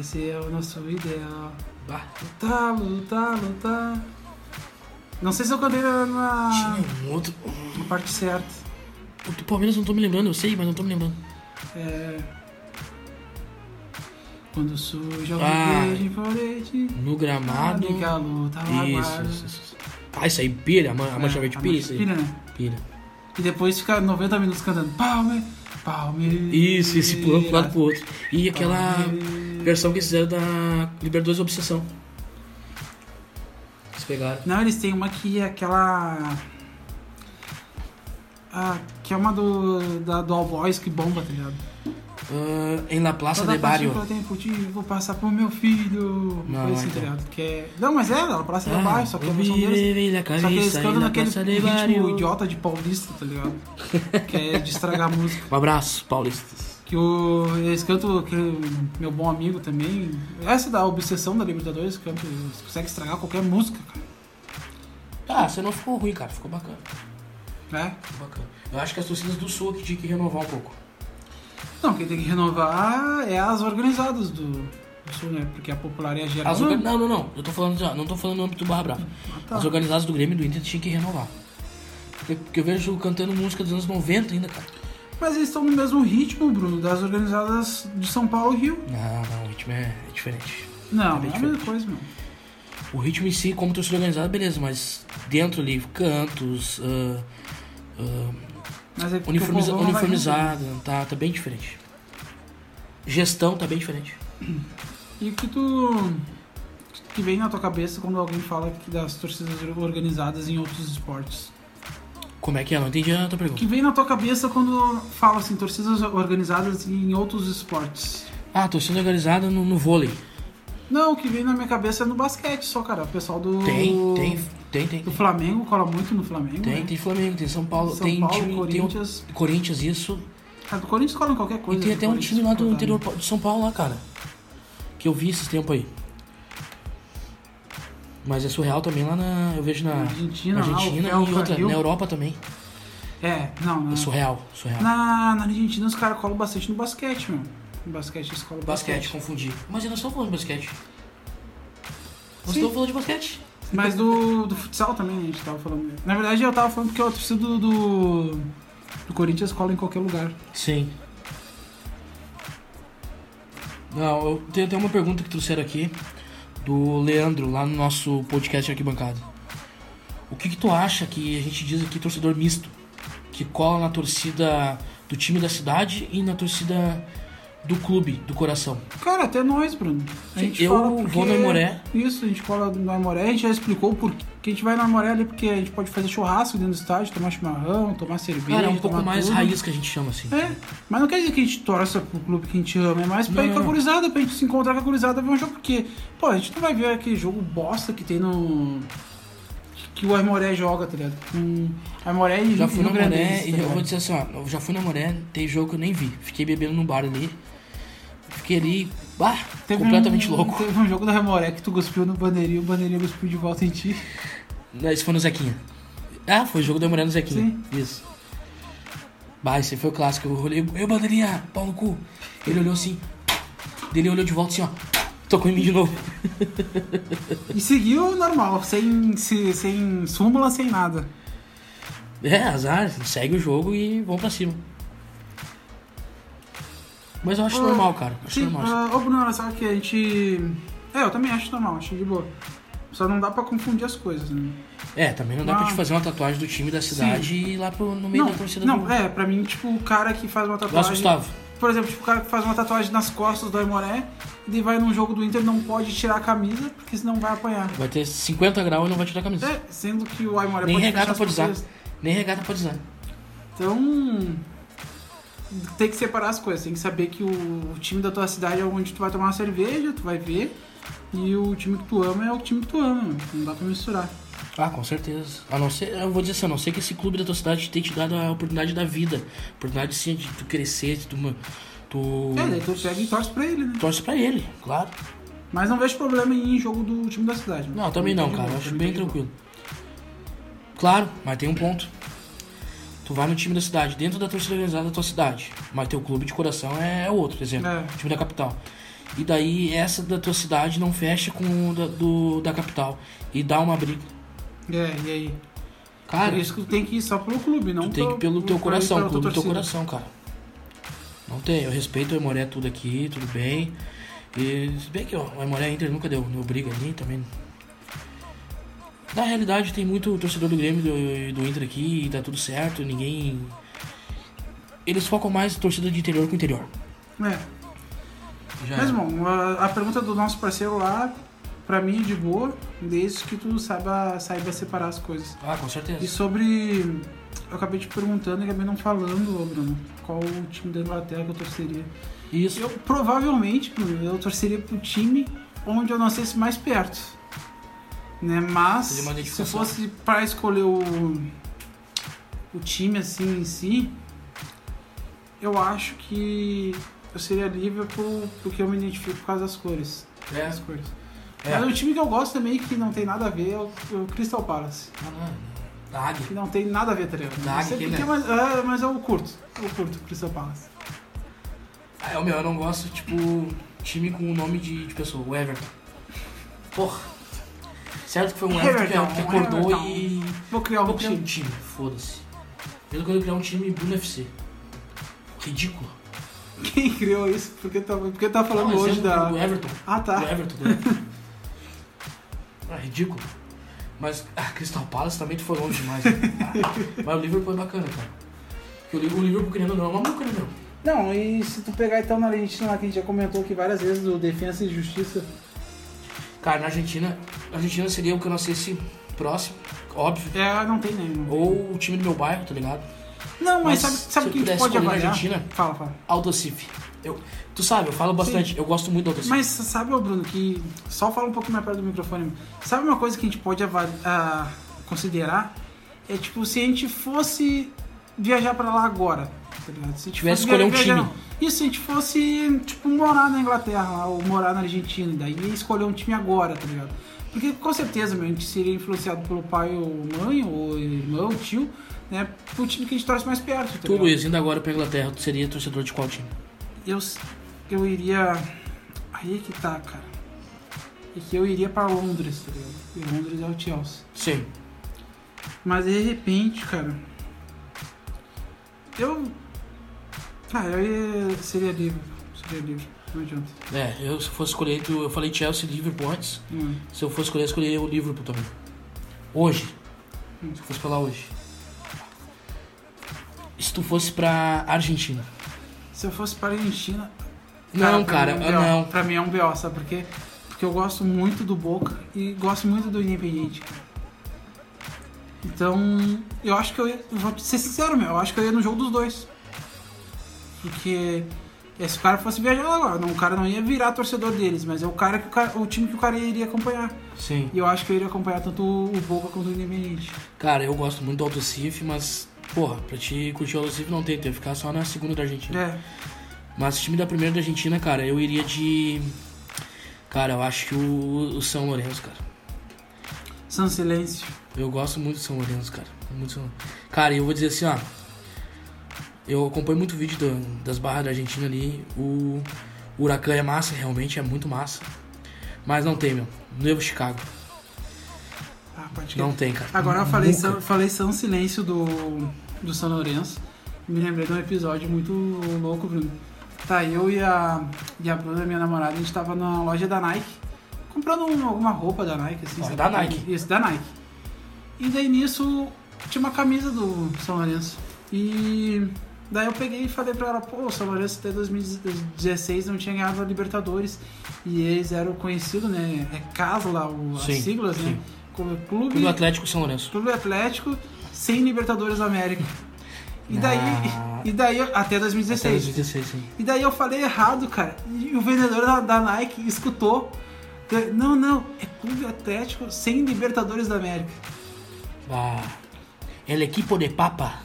Speaker 2: Esse é o nosso ideal.
Speaker 1: Bah,
Speaker 2: Lutar, lutar, lutar. tá, Não sei se eu cantei na, na-
Speaker 1: tinha um outro.
Speaker 2: na parte certa.
Speaker 1: O do Palmeiras não tô me lembrando, eu sei, mas não tô me lembrando.
Speaker 2: É... Quando surge o
Speaker 1: Ah.
Speaker 2: verde florete,
Speaker 1: No gramado.
Speaker 2: abre que a luta
Speaker 1: Isso,
Speaker 2: aguarda.
Speaker 1: isso, isso. Ah, isso aí pilha, a man- a mancha
Speaker 2: É,
Speaker 1: verde
Speaker 2: a
Speaker 1: pilha,
Speaker 2: mancha
Speaker 1: isso aí.
Speaker 2: pilha, né?
Speaker 1: Pilha.
Speaker 2: E depois fica 90 minutos cantando Palme, Palme.
Speaker 1: Isso, esse pulando pro lado pro outro. E aquela versão que fizeram da Libertadores Obsessão. Eles pegaram.
Speaker 2: Não, eles têm uma que é aquela. Ah, que é uma do, da, do All Boys que bomba, tá ligado?
Speaker 1: Ah, em La Plaza
Speaker 2: Toda
Speaker 1: de Barrio.
Speaker 2: paixão que eu tenho por ti, vou passar pro meu filho.
Speaker 1: Não,
Speaker 2: Coisa assim,
Speaker 1: então. Ah,
Speaker 2: tá ligado? Que é... Não, mas é, ela passa de baixo, só que a
Speaker 1: eu
Speaker 2: versão deles.
Speaker 1: vivi la
Speaker 2: Só que eles
Speaker 1: cabeza
Speaker 2: cantam
Speaker 1: em La
Speaker 2: naquele
Speaker 1: Plaza de
Speaker 2: ritmo
Speaker 1: Barrio.
Speaker 2: idiota de paulista, tá ligado? que é de estragar a música.
Speaker 1: Um abraço, paulistas.
Speaker 2: Que o, eles cantam que meu bom amigo também. Essa da obsessão da Libertadores, canto, eles conseguem estragar qualquer música, cara.
Speaker 1: Tá, Ah, você não ficou ruim, cara. Ficou bacana.
Speaker 2: né?
Speaker 1: Bacana. Eu acho que as torcidas do Sul aqui tinha que renovar um pouco.
Speaker 2: Não, quem tem que renovar é as organizadas do, do Sul, né? Porque a popular e a geral.
Speaker 1: As orga- Não, não, não. Eu tô falando, já- não tô falando no âmbito do Barra Brava.
Speaker 2: Ah, tá.
Speaker 1: As organizadas do Grêmio e do Inter tinham que renovar. Porque- Porque eu vejo cantando música dos anos 90 ainda, cara.
Speaker 2: Mas eles estão no mesmo ritmo, Bruno, das organizadas de São Paulo e Rio.
Speaker 1: Não, não, o ritmo é é diferente. Bem
Speaker 2: Não, é a
Speaker 1: diferente.
Speaker 2: mesma coisa, meu.
Speaker 1: O ritmo em si, como torcida organizada, beleza, mas dentro ali, cantos, ah, ah,
Speaker 2: Mas é porque
Speaker 1: uniformiza-
Speaker 2: o povão não vai
Speaker 1: uniformizado, tá, tá bem diferente. Gestão tá bem diferente.
Speaker 2: junto. E o que tu. que vem na tua cabeça quando alguém fala que das torcidas organizadas em outros esportes?
Speaker 1: Como é que é? Não entendi a tua
Speaker 2: O
Speaker 1: pergunta.
Speaker 2: que vem na tua cabeça quando fala assim, torcidas organizadas em outros esportes?
Speaker 1: Ah, torcida organizada no, no vôlei.
Speaker 2: Não, o que vem na minha cabeça é no basquete só, cara. O pessoal do.
Speaker 1: Tem, tem, tem, tem.
Speaker 2: Do Flamengo, cola muito no Flamengo.
Speaker 1: Tem,
Speaker 2: né?
Speaker 1: tem Flamengo, tem São Paulo,
Speaker 2: São
Speaker 1: tem
Speaker 2: Paulo,
Speaker 1: time,
Speaker 2: Corinthians.
Speaker 1: tem o Corinthians, isso.
Speaker 2: Ah, do Corinthians cola em qualquer coisa.
Speaker 1: e tem
Speaker 2: do
Speaker 1: até um
Speaker 2: Corinthians,
Speaker 1: time lá do
Speaker 2: coitado.
Speaker 1: interior de São Paulo lá, cara. Que eu vi esse tempo aí. Mas é surreal também lá na. Eu vejo na
Speaker 2: Argentina, lá, o
Speaker 1: Argentina e
Speaker 2: Felca,
Speaker 1: outra,
Speaker 2: Rio.
Speaker 1: na Europa também.
Speaker 2: É, não, não.
Speaker 1: É surreal, surreal.
Speaker 2: Na, na Argentina os caras colam bastante no basquete, meu. No basquete eles colam
Speaker 1: Basquete,
Speaker 2: bastante.
Speaker 1: confundi. Mas eu não estou falando de basquete. Você
Speaker 2: Sim.
Speaker 1: estão falando de basquete?
Speaker 2: Mas do, do futsal também, né, a gente tava falando. Na verdade eu tava falando porque o torcida do, do, do Corinthians cola em qualquer lugar.
Speaker 1: Sim. Não, eu tenho até uma pergunta que trouxeram aqui do Leandro, lá no nosso podcast Arquibancada. O que, que tu acha que a gente diz aqui, torcedor misto, que cola na torcida do time da cidade e na torcida do clube, do coração?
Speaker 2: Cara, até nós, Bruno. A
Speaker 1: Sim,
Speaker 2: gente
Speaker 1: eu
Speaker 2: cola
Speaker 1: vou
Speaker 2: porque-
Speaker 1: no Aimoré.
Speaker 2: Isso, a gente cola no Aimoré. A gente já explicou por quê. que a gente vai no Aimoré ali porque a gente pode fazer churrasco dentro do estádio, tomar chimarrão, tomar cerveja.
Speaker 1: Cara, é um pouco
Speaker 2: tomar
Speaker 1: mais
Speaker 2: tudo.
Speaker 1: raiz que a gente chama assim.
Speaker 2: É, mas não quer dizer que a gente torça pro clube que a gente ama, é mais pra
Speaker 1: Não,
Speaker 2: ir com a
Speaker 1: não.
Speaker 2: gurizada, pra gente se encontrar com a gurizada ver um jogo, porque, pô, a gente não vai ver aquele jogo bosta que tem no. que o Aimoré joga, tá ligado? Com Aimoré e
Speaker 1: Já fui
Speaker 2: e
Speaker 1: na
Speaker 2: Rio Grande do
Speaker 1: Moré
Speaker 2: Sul,
Speaker 1: e eu
Speaker 2: tá
Speaker 1: vou
Speaker 2: ligado?
Speaker 1: dizer assim, ó, eu já fui na Moré, tem jogo que eu nem vi. Fiquei bebendo num bar ali. Fiquei ali, bah,
Speaker 2: Teve
Speaker 1: completamente
Speaker 2: um-
Speaker 1: louco.
Speaker 2: Teve um jogo da Remoré que tu cuspiu no bandeirinho, o bandeirinho cuspiu de volta em ti.
Speaker 1: Não, Esse foi no Zequinha. Ah, foi o jogo da Moré no Zequinha.
Speaker 2: Sim.
Speaker 1: Isso. Bah, esse foi o clássico. Eu rolei, eu bandeirinha, pau no cu. Ele olhou assim, dele olhou de volta assim, ó. Tocou em mim de novo.
Speaker 2: E seguiu normal, sem, se- sem súmula, sem nada.
Speaker 1: É, azar, segue o jogo e vão pra cima. Mas eu acho
Speaker 2: Ah,
Speaker 1: normal, cara. Acho
Speaker 2: Sim,
Speaker 1: normal.
Speaker 2: ah, ô Bruno, olha só que a gente. É, eu também acho normal, acho de boa. Só não dá pra confundir as coisas, né?
Speaker 1: É, também não dá pra
Speaker 2: ah,
Speaker 1: te fazer uma tatuagem do time da cidade e ir lá pro, no meio
Speaker 2: Não,
Speaker 1: da torcida
Speaker 2: não
Speaker 1: do...
Speaker 2: é, pra mim, tipo, o cara que faz uma
Speaker 1: Nossa,
Speaker 2: tatuagem.
Speaker 1: Gustavo.
Speaker 2: Por exemplo, tipo, o cara que faz uma tatuagem nas costas do Aimoré e daí vai num jogo do Inter não pode tirar a camisa, porque senão vai apanhar.
Speaker 1: Vai ter 50 graus e não vai tirar a camisa.
Speaker 2: É, sendo que o Aimoré
Speaker 1: Nem
Speaker 2: pode
Speaker 1: regata
Speaker 2: fechar as
Speaker 1: pode usar.
Speaker 2: portas.
Speaker 1: Nem regata pode usar.
Speaker 2: Então. Tem que separar as coisas, tem que saber que o, o time da tua cidade é onde tu vai tomar uma cerveja, tu vai ver, e o time que tu ama é o time que tu ama, meu. não dá pra misturar.
Speaker 1: Ah, com certeza. A não ser, eu vou dizer assim, a não ser que esse clube da tua cidade tenha te dado a oportunidade da vida. a Oportunidade sim de tu crescer, de tu. ma- tu
Speaker 2: É, daí tu pega e torce pra ele, né?
Speaker 1: Torce pra ele, claro.
Speaker 2: Mas não vejo problema em ir em jogo do time da cidade. né?
Speaker 1: Não, também não,
Speaker 2: tem
Speaker 1: cara. Eu
Speaker 2: problema,
Speaker 1: acho
Speaker 2: também
Speaker 1: bem
Speaker 2: tem problema.
Speaker 1: tranquilo. Claro, mas tem um ponto. Tu vai no time da cidade, dentro da torcida organizada da tua cidade. Mas teu clube de coração é outro, por exemplo.
Speaker 2: É.
Speaker 1: Time da capital. E daí essa da tua cidade não fecha com o da, do- da capital. E dá uma briga.
Speaker 2: É, e aí?
Speaker 1: Cara,
Speaker 2: Por isso que tu tem que ir só pro clube, não
Speaker 1: Tu tem que ir pelo teu
Speaker 2: pra- pra-
Speaker 1: coração,
Speaker 2: pra
Speaker 1: clube do teu
Speaker 2: torcida.
Speaker 1: coração, cara. Não tem, eu respeito o Emoré tudo aqui, tudo bem. E se bem que ó, o Emoré Inter nunca deu, deu briga ali também. Na realidade tem muito torcedor do Grêmio e do, do Inter aqui e tá tudo certo, ninguém. Eles focam mais torcida de interior com interior.
Speaker 2: É.
Speaker 1: Já
Speaker 2: Mas bom, a, a pergunta do nosso parceiro lá, pra mim é de boa, desde que tu saiba, saiba separar as coisas.
Speaker 1: Ah, com certeza.
Speaker 2: E sobre. Eu acabei te perguntando e acabei não falando, ô Bruno, qual o time da Inglaterra que eu torceria.
Speaker 1: Isso.
Speaker 2: Eu provavelmente, Bruno, eu torceria pro time onde eu nascesse mais perto. Né? Mas
Speaker 1: Seria uma
Speaker 2: se
Speaker 1: identificação.
Speaker 2: fosse pra escolher o, o time assim em si, eu acho que eu seria Liverpool porque eu me identifico por causa das cores.
Speaker 1: É.
Speaker 2: Das cores.
Speaker 1: É.
Speaker 2: Mas o time que eu gosto também, que não tem nada a ver, é o, é o Crystal Palace.
Speaker 1: Ah, não, não. Da Águia.
Speaker 2: que não tem nada a ver, tá ligado?
Speaker 1: Da
Speaker 2: Não sei
Speaker 1: Águia,
Speaker 2: porquê,
Speaker 1: né?
Speaker 2: mas, é, mas eu curto. Eu curto Crystal Palace.
Speaker 1: Ah, eu, meu, eu não gosto, tipo, time com o nome de, de pessoa, o Everton. Porra. Certo que foi um Everton, que-
Speaker 2: Everton,
Speaker 1: que acordou
Speaker 2: Everton.
Speaker 1: e.
Speaker 2: Vou criar um
Speaker 1: Vou criar um
Speaker 2: time.
Speaker 1: time, foda-se. Eu quero criar um time Bruno FC. Ridículo.
Speaker 2: Quem criou isso? Porque tá, porque tá falando
Speaker 1: Não, é
Speaker 2: hoje
Speaker 1: exemplo
Speaker 2: da.
Speaker 1: Do Everton.
Speaker 2: Ah, tá.
Speaker 1: Do Everton. Do Everton. ah, ridículo. Mas ah, Crystal Palace também foi longe demais. né? Ah, Mas o Liverpool é bacana, cara. Porque o Li- o Liverpool, querendo ou não, é uma maluca, né, meu?
Speaker 2: Não, e se tu pegar então na Argentina lá que a gente já comentou aqui várias vezes do Defensa e Justiça.
Speaker 1: Cara, na Argentina, a Argentina seria o que eu não sei se próximo, óbvio.
Speaker 2: É, não tem nenhum.
Speaker 1: Ou o time do meu bairro, tá ligado?
Speaker 2: Não, mas,
Speaker 1: Mas
Speaker 2: sabe, sabe
Speaker 1: se
Speaker 2: quem
Speaker 1: eu
Speaker 2: tu
Speaker 1: pudesse
Speaker 2: pode
Speaker 1: escolher na
Speaker 2: avaliar?
Speaker 1: Argentina?
Speaker 2: Fala, fala.
Speaker 1: Aldocif. Eu, tu sabe, eu falo bastante, eu gosto muito do Aldocif.
Speaker 2: Mas sabe, ô Bruno, que. Só fala um pouco mais perto do microfone. Sabe uma coisa que a gente pode avali- ah, considerar? É tipo, se a gente fosse viajar pra lá agora, tá ligado? Se a gente
Speaker 1: Tivesse
Speaker 2: fosse
Speaker 1: escolher um
Speaker 2: viajar-
Speaker 1: time.
Speaker 2: Isso, se a gente fosse, tipo, morar na Inglaterra lá, ou morar na Argentina, daí escolher um time agora, tá ligado? Porque com certeza, meu, a gente seria influenciado pelo pai ou mãe, ou irmão, tio, né? Pro time que a gente torce mais perto, tá
Speaker 1: Tu,
Speaker 2: ligado?
Speaker 1: Luiz, indo agora pra Inglaterra, tu seria torcedor de qual time?
Speaker 2: eu, eu iria. Aí é que tá, cara. É que eu iria pra Londres, tá ligado? E Londres é o Chelsea.
Speaker 1: Sim.
Speaker 2: Mas de repente, cara. Eu. Ah, eu ia... seria livre. Seria livre. Não adianta.
Speaker 1: É, eu se fosse escolher, entre o- eu falei Chelsea e Liverpool antes.
Speaker 2: Não é.
Speaker 1: Se eu fosse escolher, eu escolheria o Liverpool também. Hoje.
Speaker 2: Hum.
Speaker 1: Se eu fosse pra lá hoje. Se tu fosse pra Argentina.
Speaker 2: Se eu fosse para a Argentina.
Speaker 1: Não, cara,
Speaker 2: pra mim
Speaker 1: eu
Speaker 2: é um
Speaker 1: não.
Speaker 2: BO. Pra mim é um BO, sabe por quê? Porque eu gosto muito do Boca e gosto muito do Independiente, cara. Então, eu acho que eu ia. eu Vou ser sincero, meu, eu acho que eu ia no jogo dos dois. Porque se o cara fosse viajar lá agora, não, o cara não ia virar torcedor deles, mas é o cara que o, cara- o time que o cara iria acompanhar.
Speaker 1: Sim.
Speaker 2: E eu acho que eu iria acompanhar tanto o Boca quanto o Independiente.
Speaker 1: Cara, eu gosto muito do Alto Cif, mas, porra, pra te curtir o Alto Cif não tem, tem que ficar só na segunda da Argentina.
Speaker 2: É.
Speaker 1: Mas o time da primeira da Argentina, cara, eu iria de. Cara, eu acho que o, o São Lourenço, cara.
Speaker 2: San Silêncio.
Speaker 1: Eu gosto muito de São Lourenço, cara. Muito São... Cara, e eu vou dizer assim, ó. Eu acompanho muito vídeo do- das barras da Argentina ali. O Huracan é massa, realmente é muito massa. Mas não tem, meu. Novo Chicago.
Speaker 2: Ah, pode crer.
Speaker 1: Não tem, cara.
Speaker 2: Agora eu falei,
Speaker 1: Nunca.
Speaker 2: São, falei São Silêncio do, do São Lourenço. Me lembrei de um episódio muito louco, Bruno. Tá, eu e a, e a Bruna, minha namorada, a gente tava na loja da Nike, comprando um- alguma roupa da Nike, assim.
Speaker 1: Loja
Speaker 2: sabe?
Speaker 1: da Nike.
Speaker 2: Isso, da Nike. E daí nisso tinha uma camisa do São Lourenço. E daí eu peguei e falei pra ela, pô, o São Lourenço até 2016 não tinha ganhado a Libertadores. E eles eram conhecidos, né? É casa lá, o, as
Speaker 1: Sim,
Speaker 2: siglas, né?
Speaker 1: sim.
Speaker 2: Como clube.
Speaker 1: Clube Atlético São Lourenço.
Speaker 2: Clube Atlético sem Libertadores da América. E daí,
Speaker 1: Ah.
Speaker 2: e daí até 2016.
Speaker 1: 2016, sim.
Speaker 2: E daí eu falei errado, cara. E o vendedor da, da Nike escutou. Não, não, é Clube Atlético sem Libertadores da América.
Speaker 1: Ah, El equipo de papa.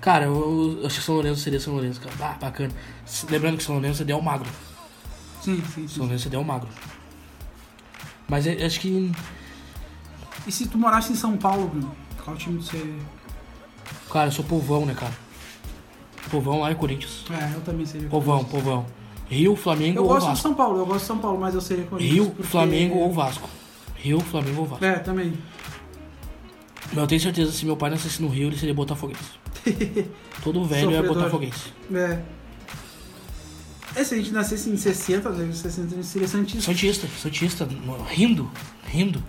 Speaker 1: Cara, eu, eu acho que São Lourenço seria São Lourenço, cara. Ah, bacana. S- Lembrando que São Lourenço é Del Magro.
Speaker 2: Sim, sim,
Speaker 1: São
Speaker 2: sim.
Speaker 1: Lourenço é Del Magro. Mas eu acho que
Speaker 2: E se tu morasse em São Paulo, Bruno? Qual time você.
Speaker 1: Cara, eu sou povão, né, cara? Povão lá é Corinthians.
Speaker 2: É, eu também seria.
Speaker 1: Povão, povão. Rio, Flamengo
Speaker 2: Eu
Speaker 1: ou
Speaker 2: gosto de
Speaker 1: Vasco.
Speaker 2: São Paulo, eu gosto de São Paulo, mas eu seria Corinthians.
Speaker 1: Rio,
Speaker 2: porque-
Speaker 1: Flamengo ou Vasco. Rio, Flamengo ou Vasco.
Speaker 2: É, também.
Speaker 1: Mas eu tenho certeza que se meu pai nascesse no Rio, ele seria botafoguense. Todo velho é
Speaker 2: Sofredor.
Speaker 1: botafoguense.
Speaker 2: É. É, se a gente nascesse em 60, né, em 60 a gente seria Santista.
Speaker 1: Santista, Santista, no- rindo, rindo.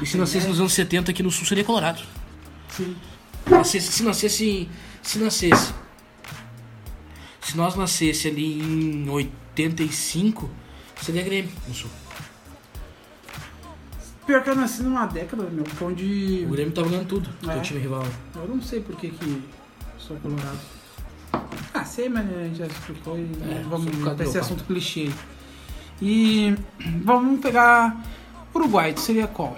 Speaker 1: E se nascesse nos anos 70 aqui no Sul, seria Colorado.
Speaker 2: Sim.
Speaker 1: Nascesse- se nascesse. Se nascesse. Se nós nascesse ali em 85, seria Grêmio no Sul.
Speaker 2: Pior que eu nasci numa década, meu, que é onde.
Speaker 1: O Grêmio tava ganhando tudo,
Speaker 2: É.
Speaker 1: é. o time rival.
Speaker 2: Eu não sei por que que sou colorado. Ah, sei, mas a gente já explicou e
Speaker 1: É,
Speaker 2: vamos
Speaker 1: sou
Speaker 2: pra
Speaker 1: cadê
Speaker 2: esse
Speaker 1: o
Speaker 2: assunto clichê. E vamos pegar Uruguai, tu seria qual?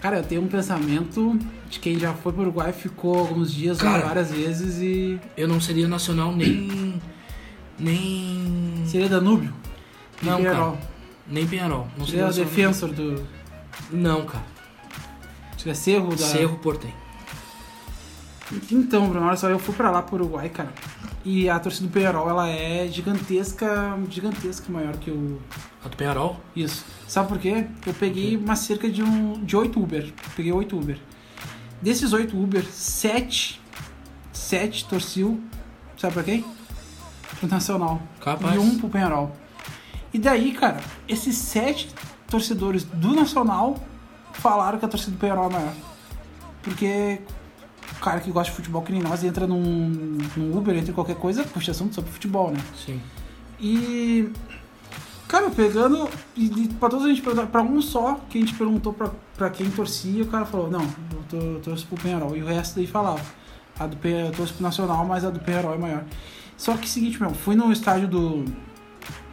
Speaker 2: Cara, eu tenho um pensamento de quem já foi pro Uruguai, ficou alguns dias,
Speaker 1: Cara.
Speaker 2: várias vezes e.
Speaker 1: Eu não seria nacional nem. Nem.
Speaker 2: Seria Danúbio?
Speaker 1: Não,
Speaker 2: Liberal.
Speaker 1: cara. Nem Penharol. Não é seria
Speaker 2: Seria
Speaker 1: nacional.
Speaker 2: defensor do.
Speaker 1: Não, cara.
Speaker 2: é Cerro da.
Speaker 1: Cerro Portem.
Speaker 2: Então, Bruno, olha só, eu fui pra lá pro Uruguai, cara. E a torcida do Penharol, ela é gigantesca, gigantesca maior que o.
Speaker 1: A do Penharol?
Speaker 2: Isso. Sabe por quê? Eu peguei uma cerca de um. de 8 Uber. Peguei 8 Uber. Desses 8 Uber, 7. 7 torciu. Sabe pra quem? Pro Nacional.
Speaker 1: Capaz.
Speaker 2: E um pro Penharol. E daí, cara, esses 7 torcedores do Nacional falaram que a torcida do Penharol é maior. Porque o cara que gosta de futebol que nem nós entra num, num Uber, entra em qualquer coisa, puxa assunto sobre futebol, né?
Speaker 1: Sim.
Speaker 2: E. Cara, pegando. E, e pra todos a gente perguntar, pra um só que a gente perguntou pra, pra quem torcia, o cara falou: Não, eu, tô, eu torço pro Penharol. E o resto daí falava: A do Pe- eu torço pro Nacional, mas a do Penharol é maior. Só que seguinte, meu, fui no estádio do.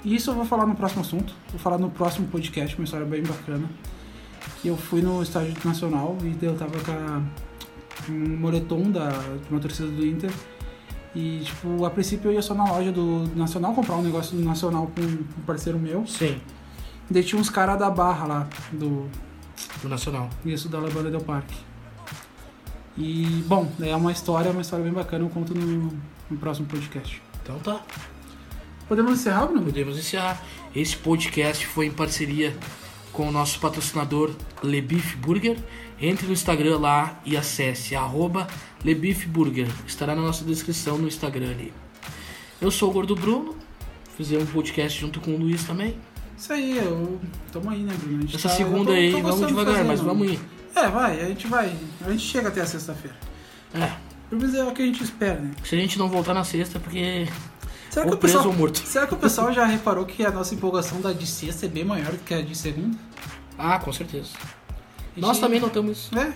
Speaker 2: E isso eu vou falar no próximo assunto. Vou falar no próximo podcast, uma história bem bacana. Que eu fui no estádio do Nacional e daí eu tava com a- um moletom da, de uma torcida do Inter. E, tipo, a princípio eu ia só na loja do Nacional comprar um negócio do Nacional com um parceiro meu.
Speaker 1: Sim.
Speaker 2: Daí tinha uns caras da barra lá, do.
Speaker 1: Do Nacional.
Speaker 2: Isso, da Labanda Del Parque. E, bom, daí é uma história, uma história bem bacana, eu conto no, no próximo podcast.
Speaker 1: Então tá.
Speaker 2: Podemos encerrar, Bruno?
Speaker 1: Podemos encerrar. Esse podcast foi em parceria com o nosso patrocinador Lebif Burger. Entre no Instagram lá e acesse arroba Lebif Burger. Estará na nossa descrição no Instagram ali. Eu sou o Gordo Bruno. Fizemos um podcast junto com o Luiz também.
Speaker 2: Isso aí, eu. Tamo aí, né, Bruno? A gente
Speaker 1: Essa
Speaker 2: tá- eu
Speaker 1: segunda
Speaker 2: tô-
Speaker 1: aí,
Speaker 2: tô
Speaker 1: vamos
Speaker 2: gostando de
Speaker 1: devagar,
Speaker 2: fazer,
Speaker 1: mas
Speaker 2: mano.
Speaker 1: vamos ir.
Speaker 2: É, vai, a gente vai. A gente chega até a sexta-feira.
Speaker 1: É,
Speaker 2: Pelo menos é o que a gente espera, né?
Speaker 1: se a gente não voltar na sexta, porque
Speaker 2: Será
Speaker 1: Ou
Speaker 2: que o
Speaker 1: preso
Speaker 2: pessoal,
Speaker 1: ou morto.
Speaker 2: Será que o pessoal já reparou que a nossa empolgação da de sexta é bem maior do que a de segunda?
Speaker 1: Ah, com certeza. Nós também notamos isso.
Speaker 2: É,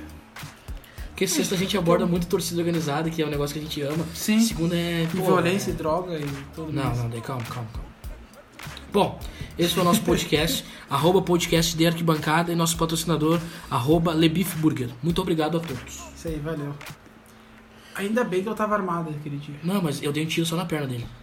Speaker 1: Porque sexta a gente aborda muito torcida organizada, que é um negócio que a gente ama.
Speaker 2: então Sim.
Speaker 1: Segunda é.
Speaker 2: e
Speaker 1: pô,
Speaker 2: violência e droga e tudo
Speaker 1: Não,
Speaker 2: mais.
Speaker 1: não, daí calma, calma, calma. Bom, esse foi o nosso podcast, arroba podcast de arquibancada e nosso patrocinador, arroba Lebif Burger. Muito obrigado a todos.
Speaker 2: Isso aí, valeu. Ainda bem que eu tava armado aquele dia.
Speaker 1: Não, mas eu dei um tiro só na perna dele.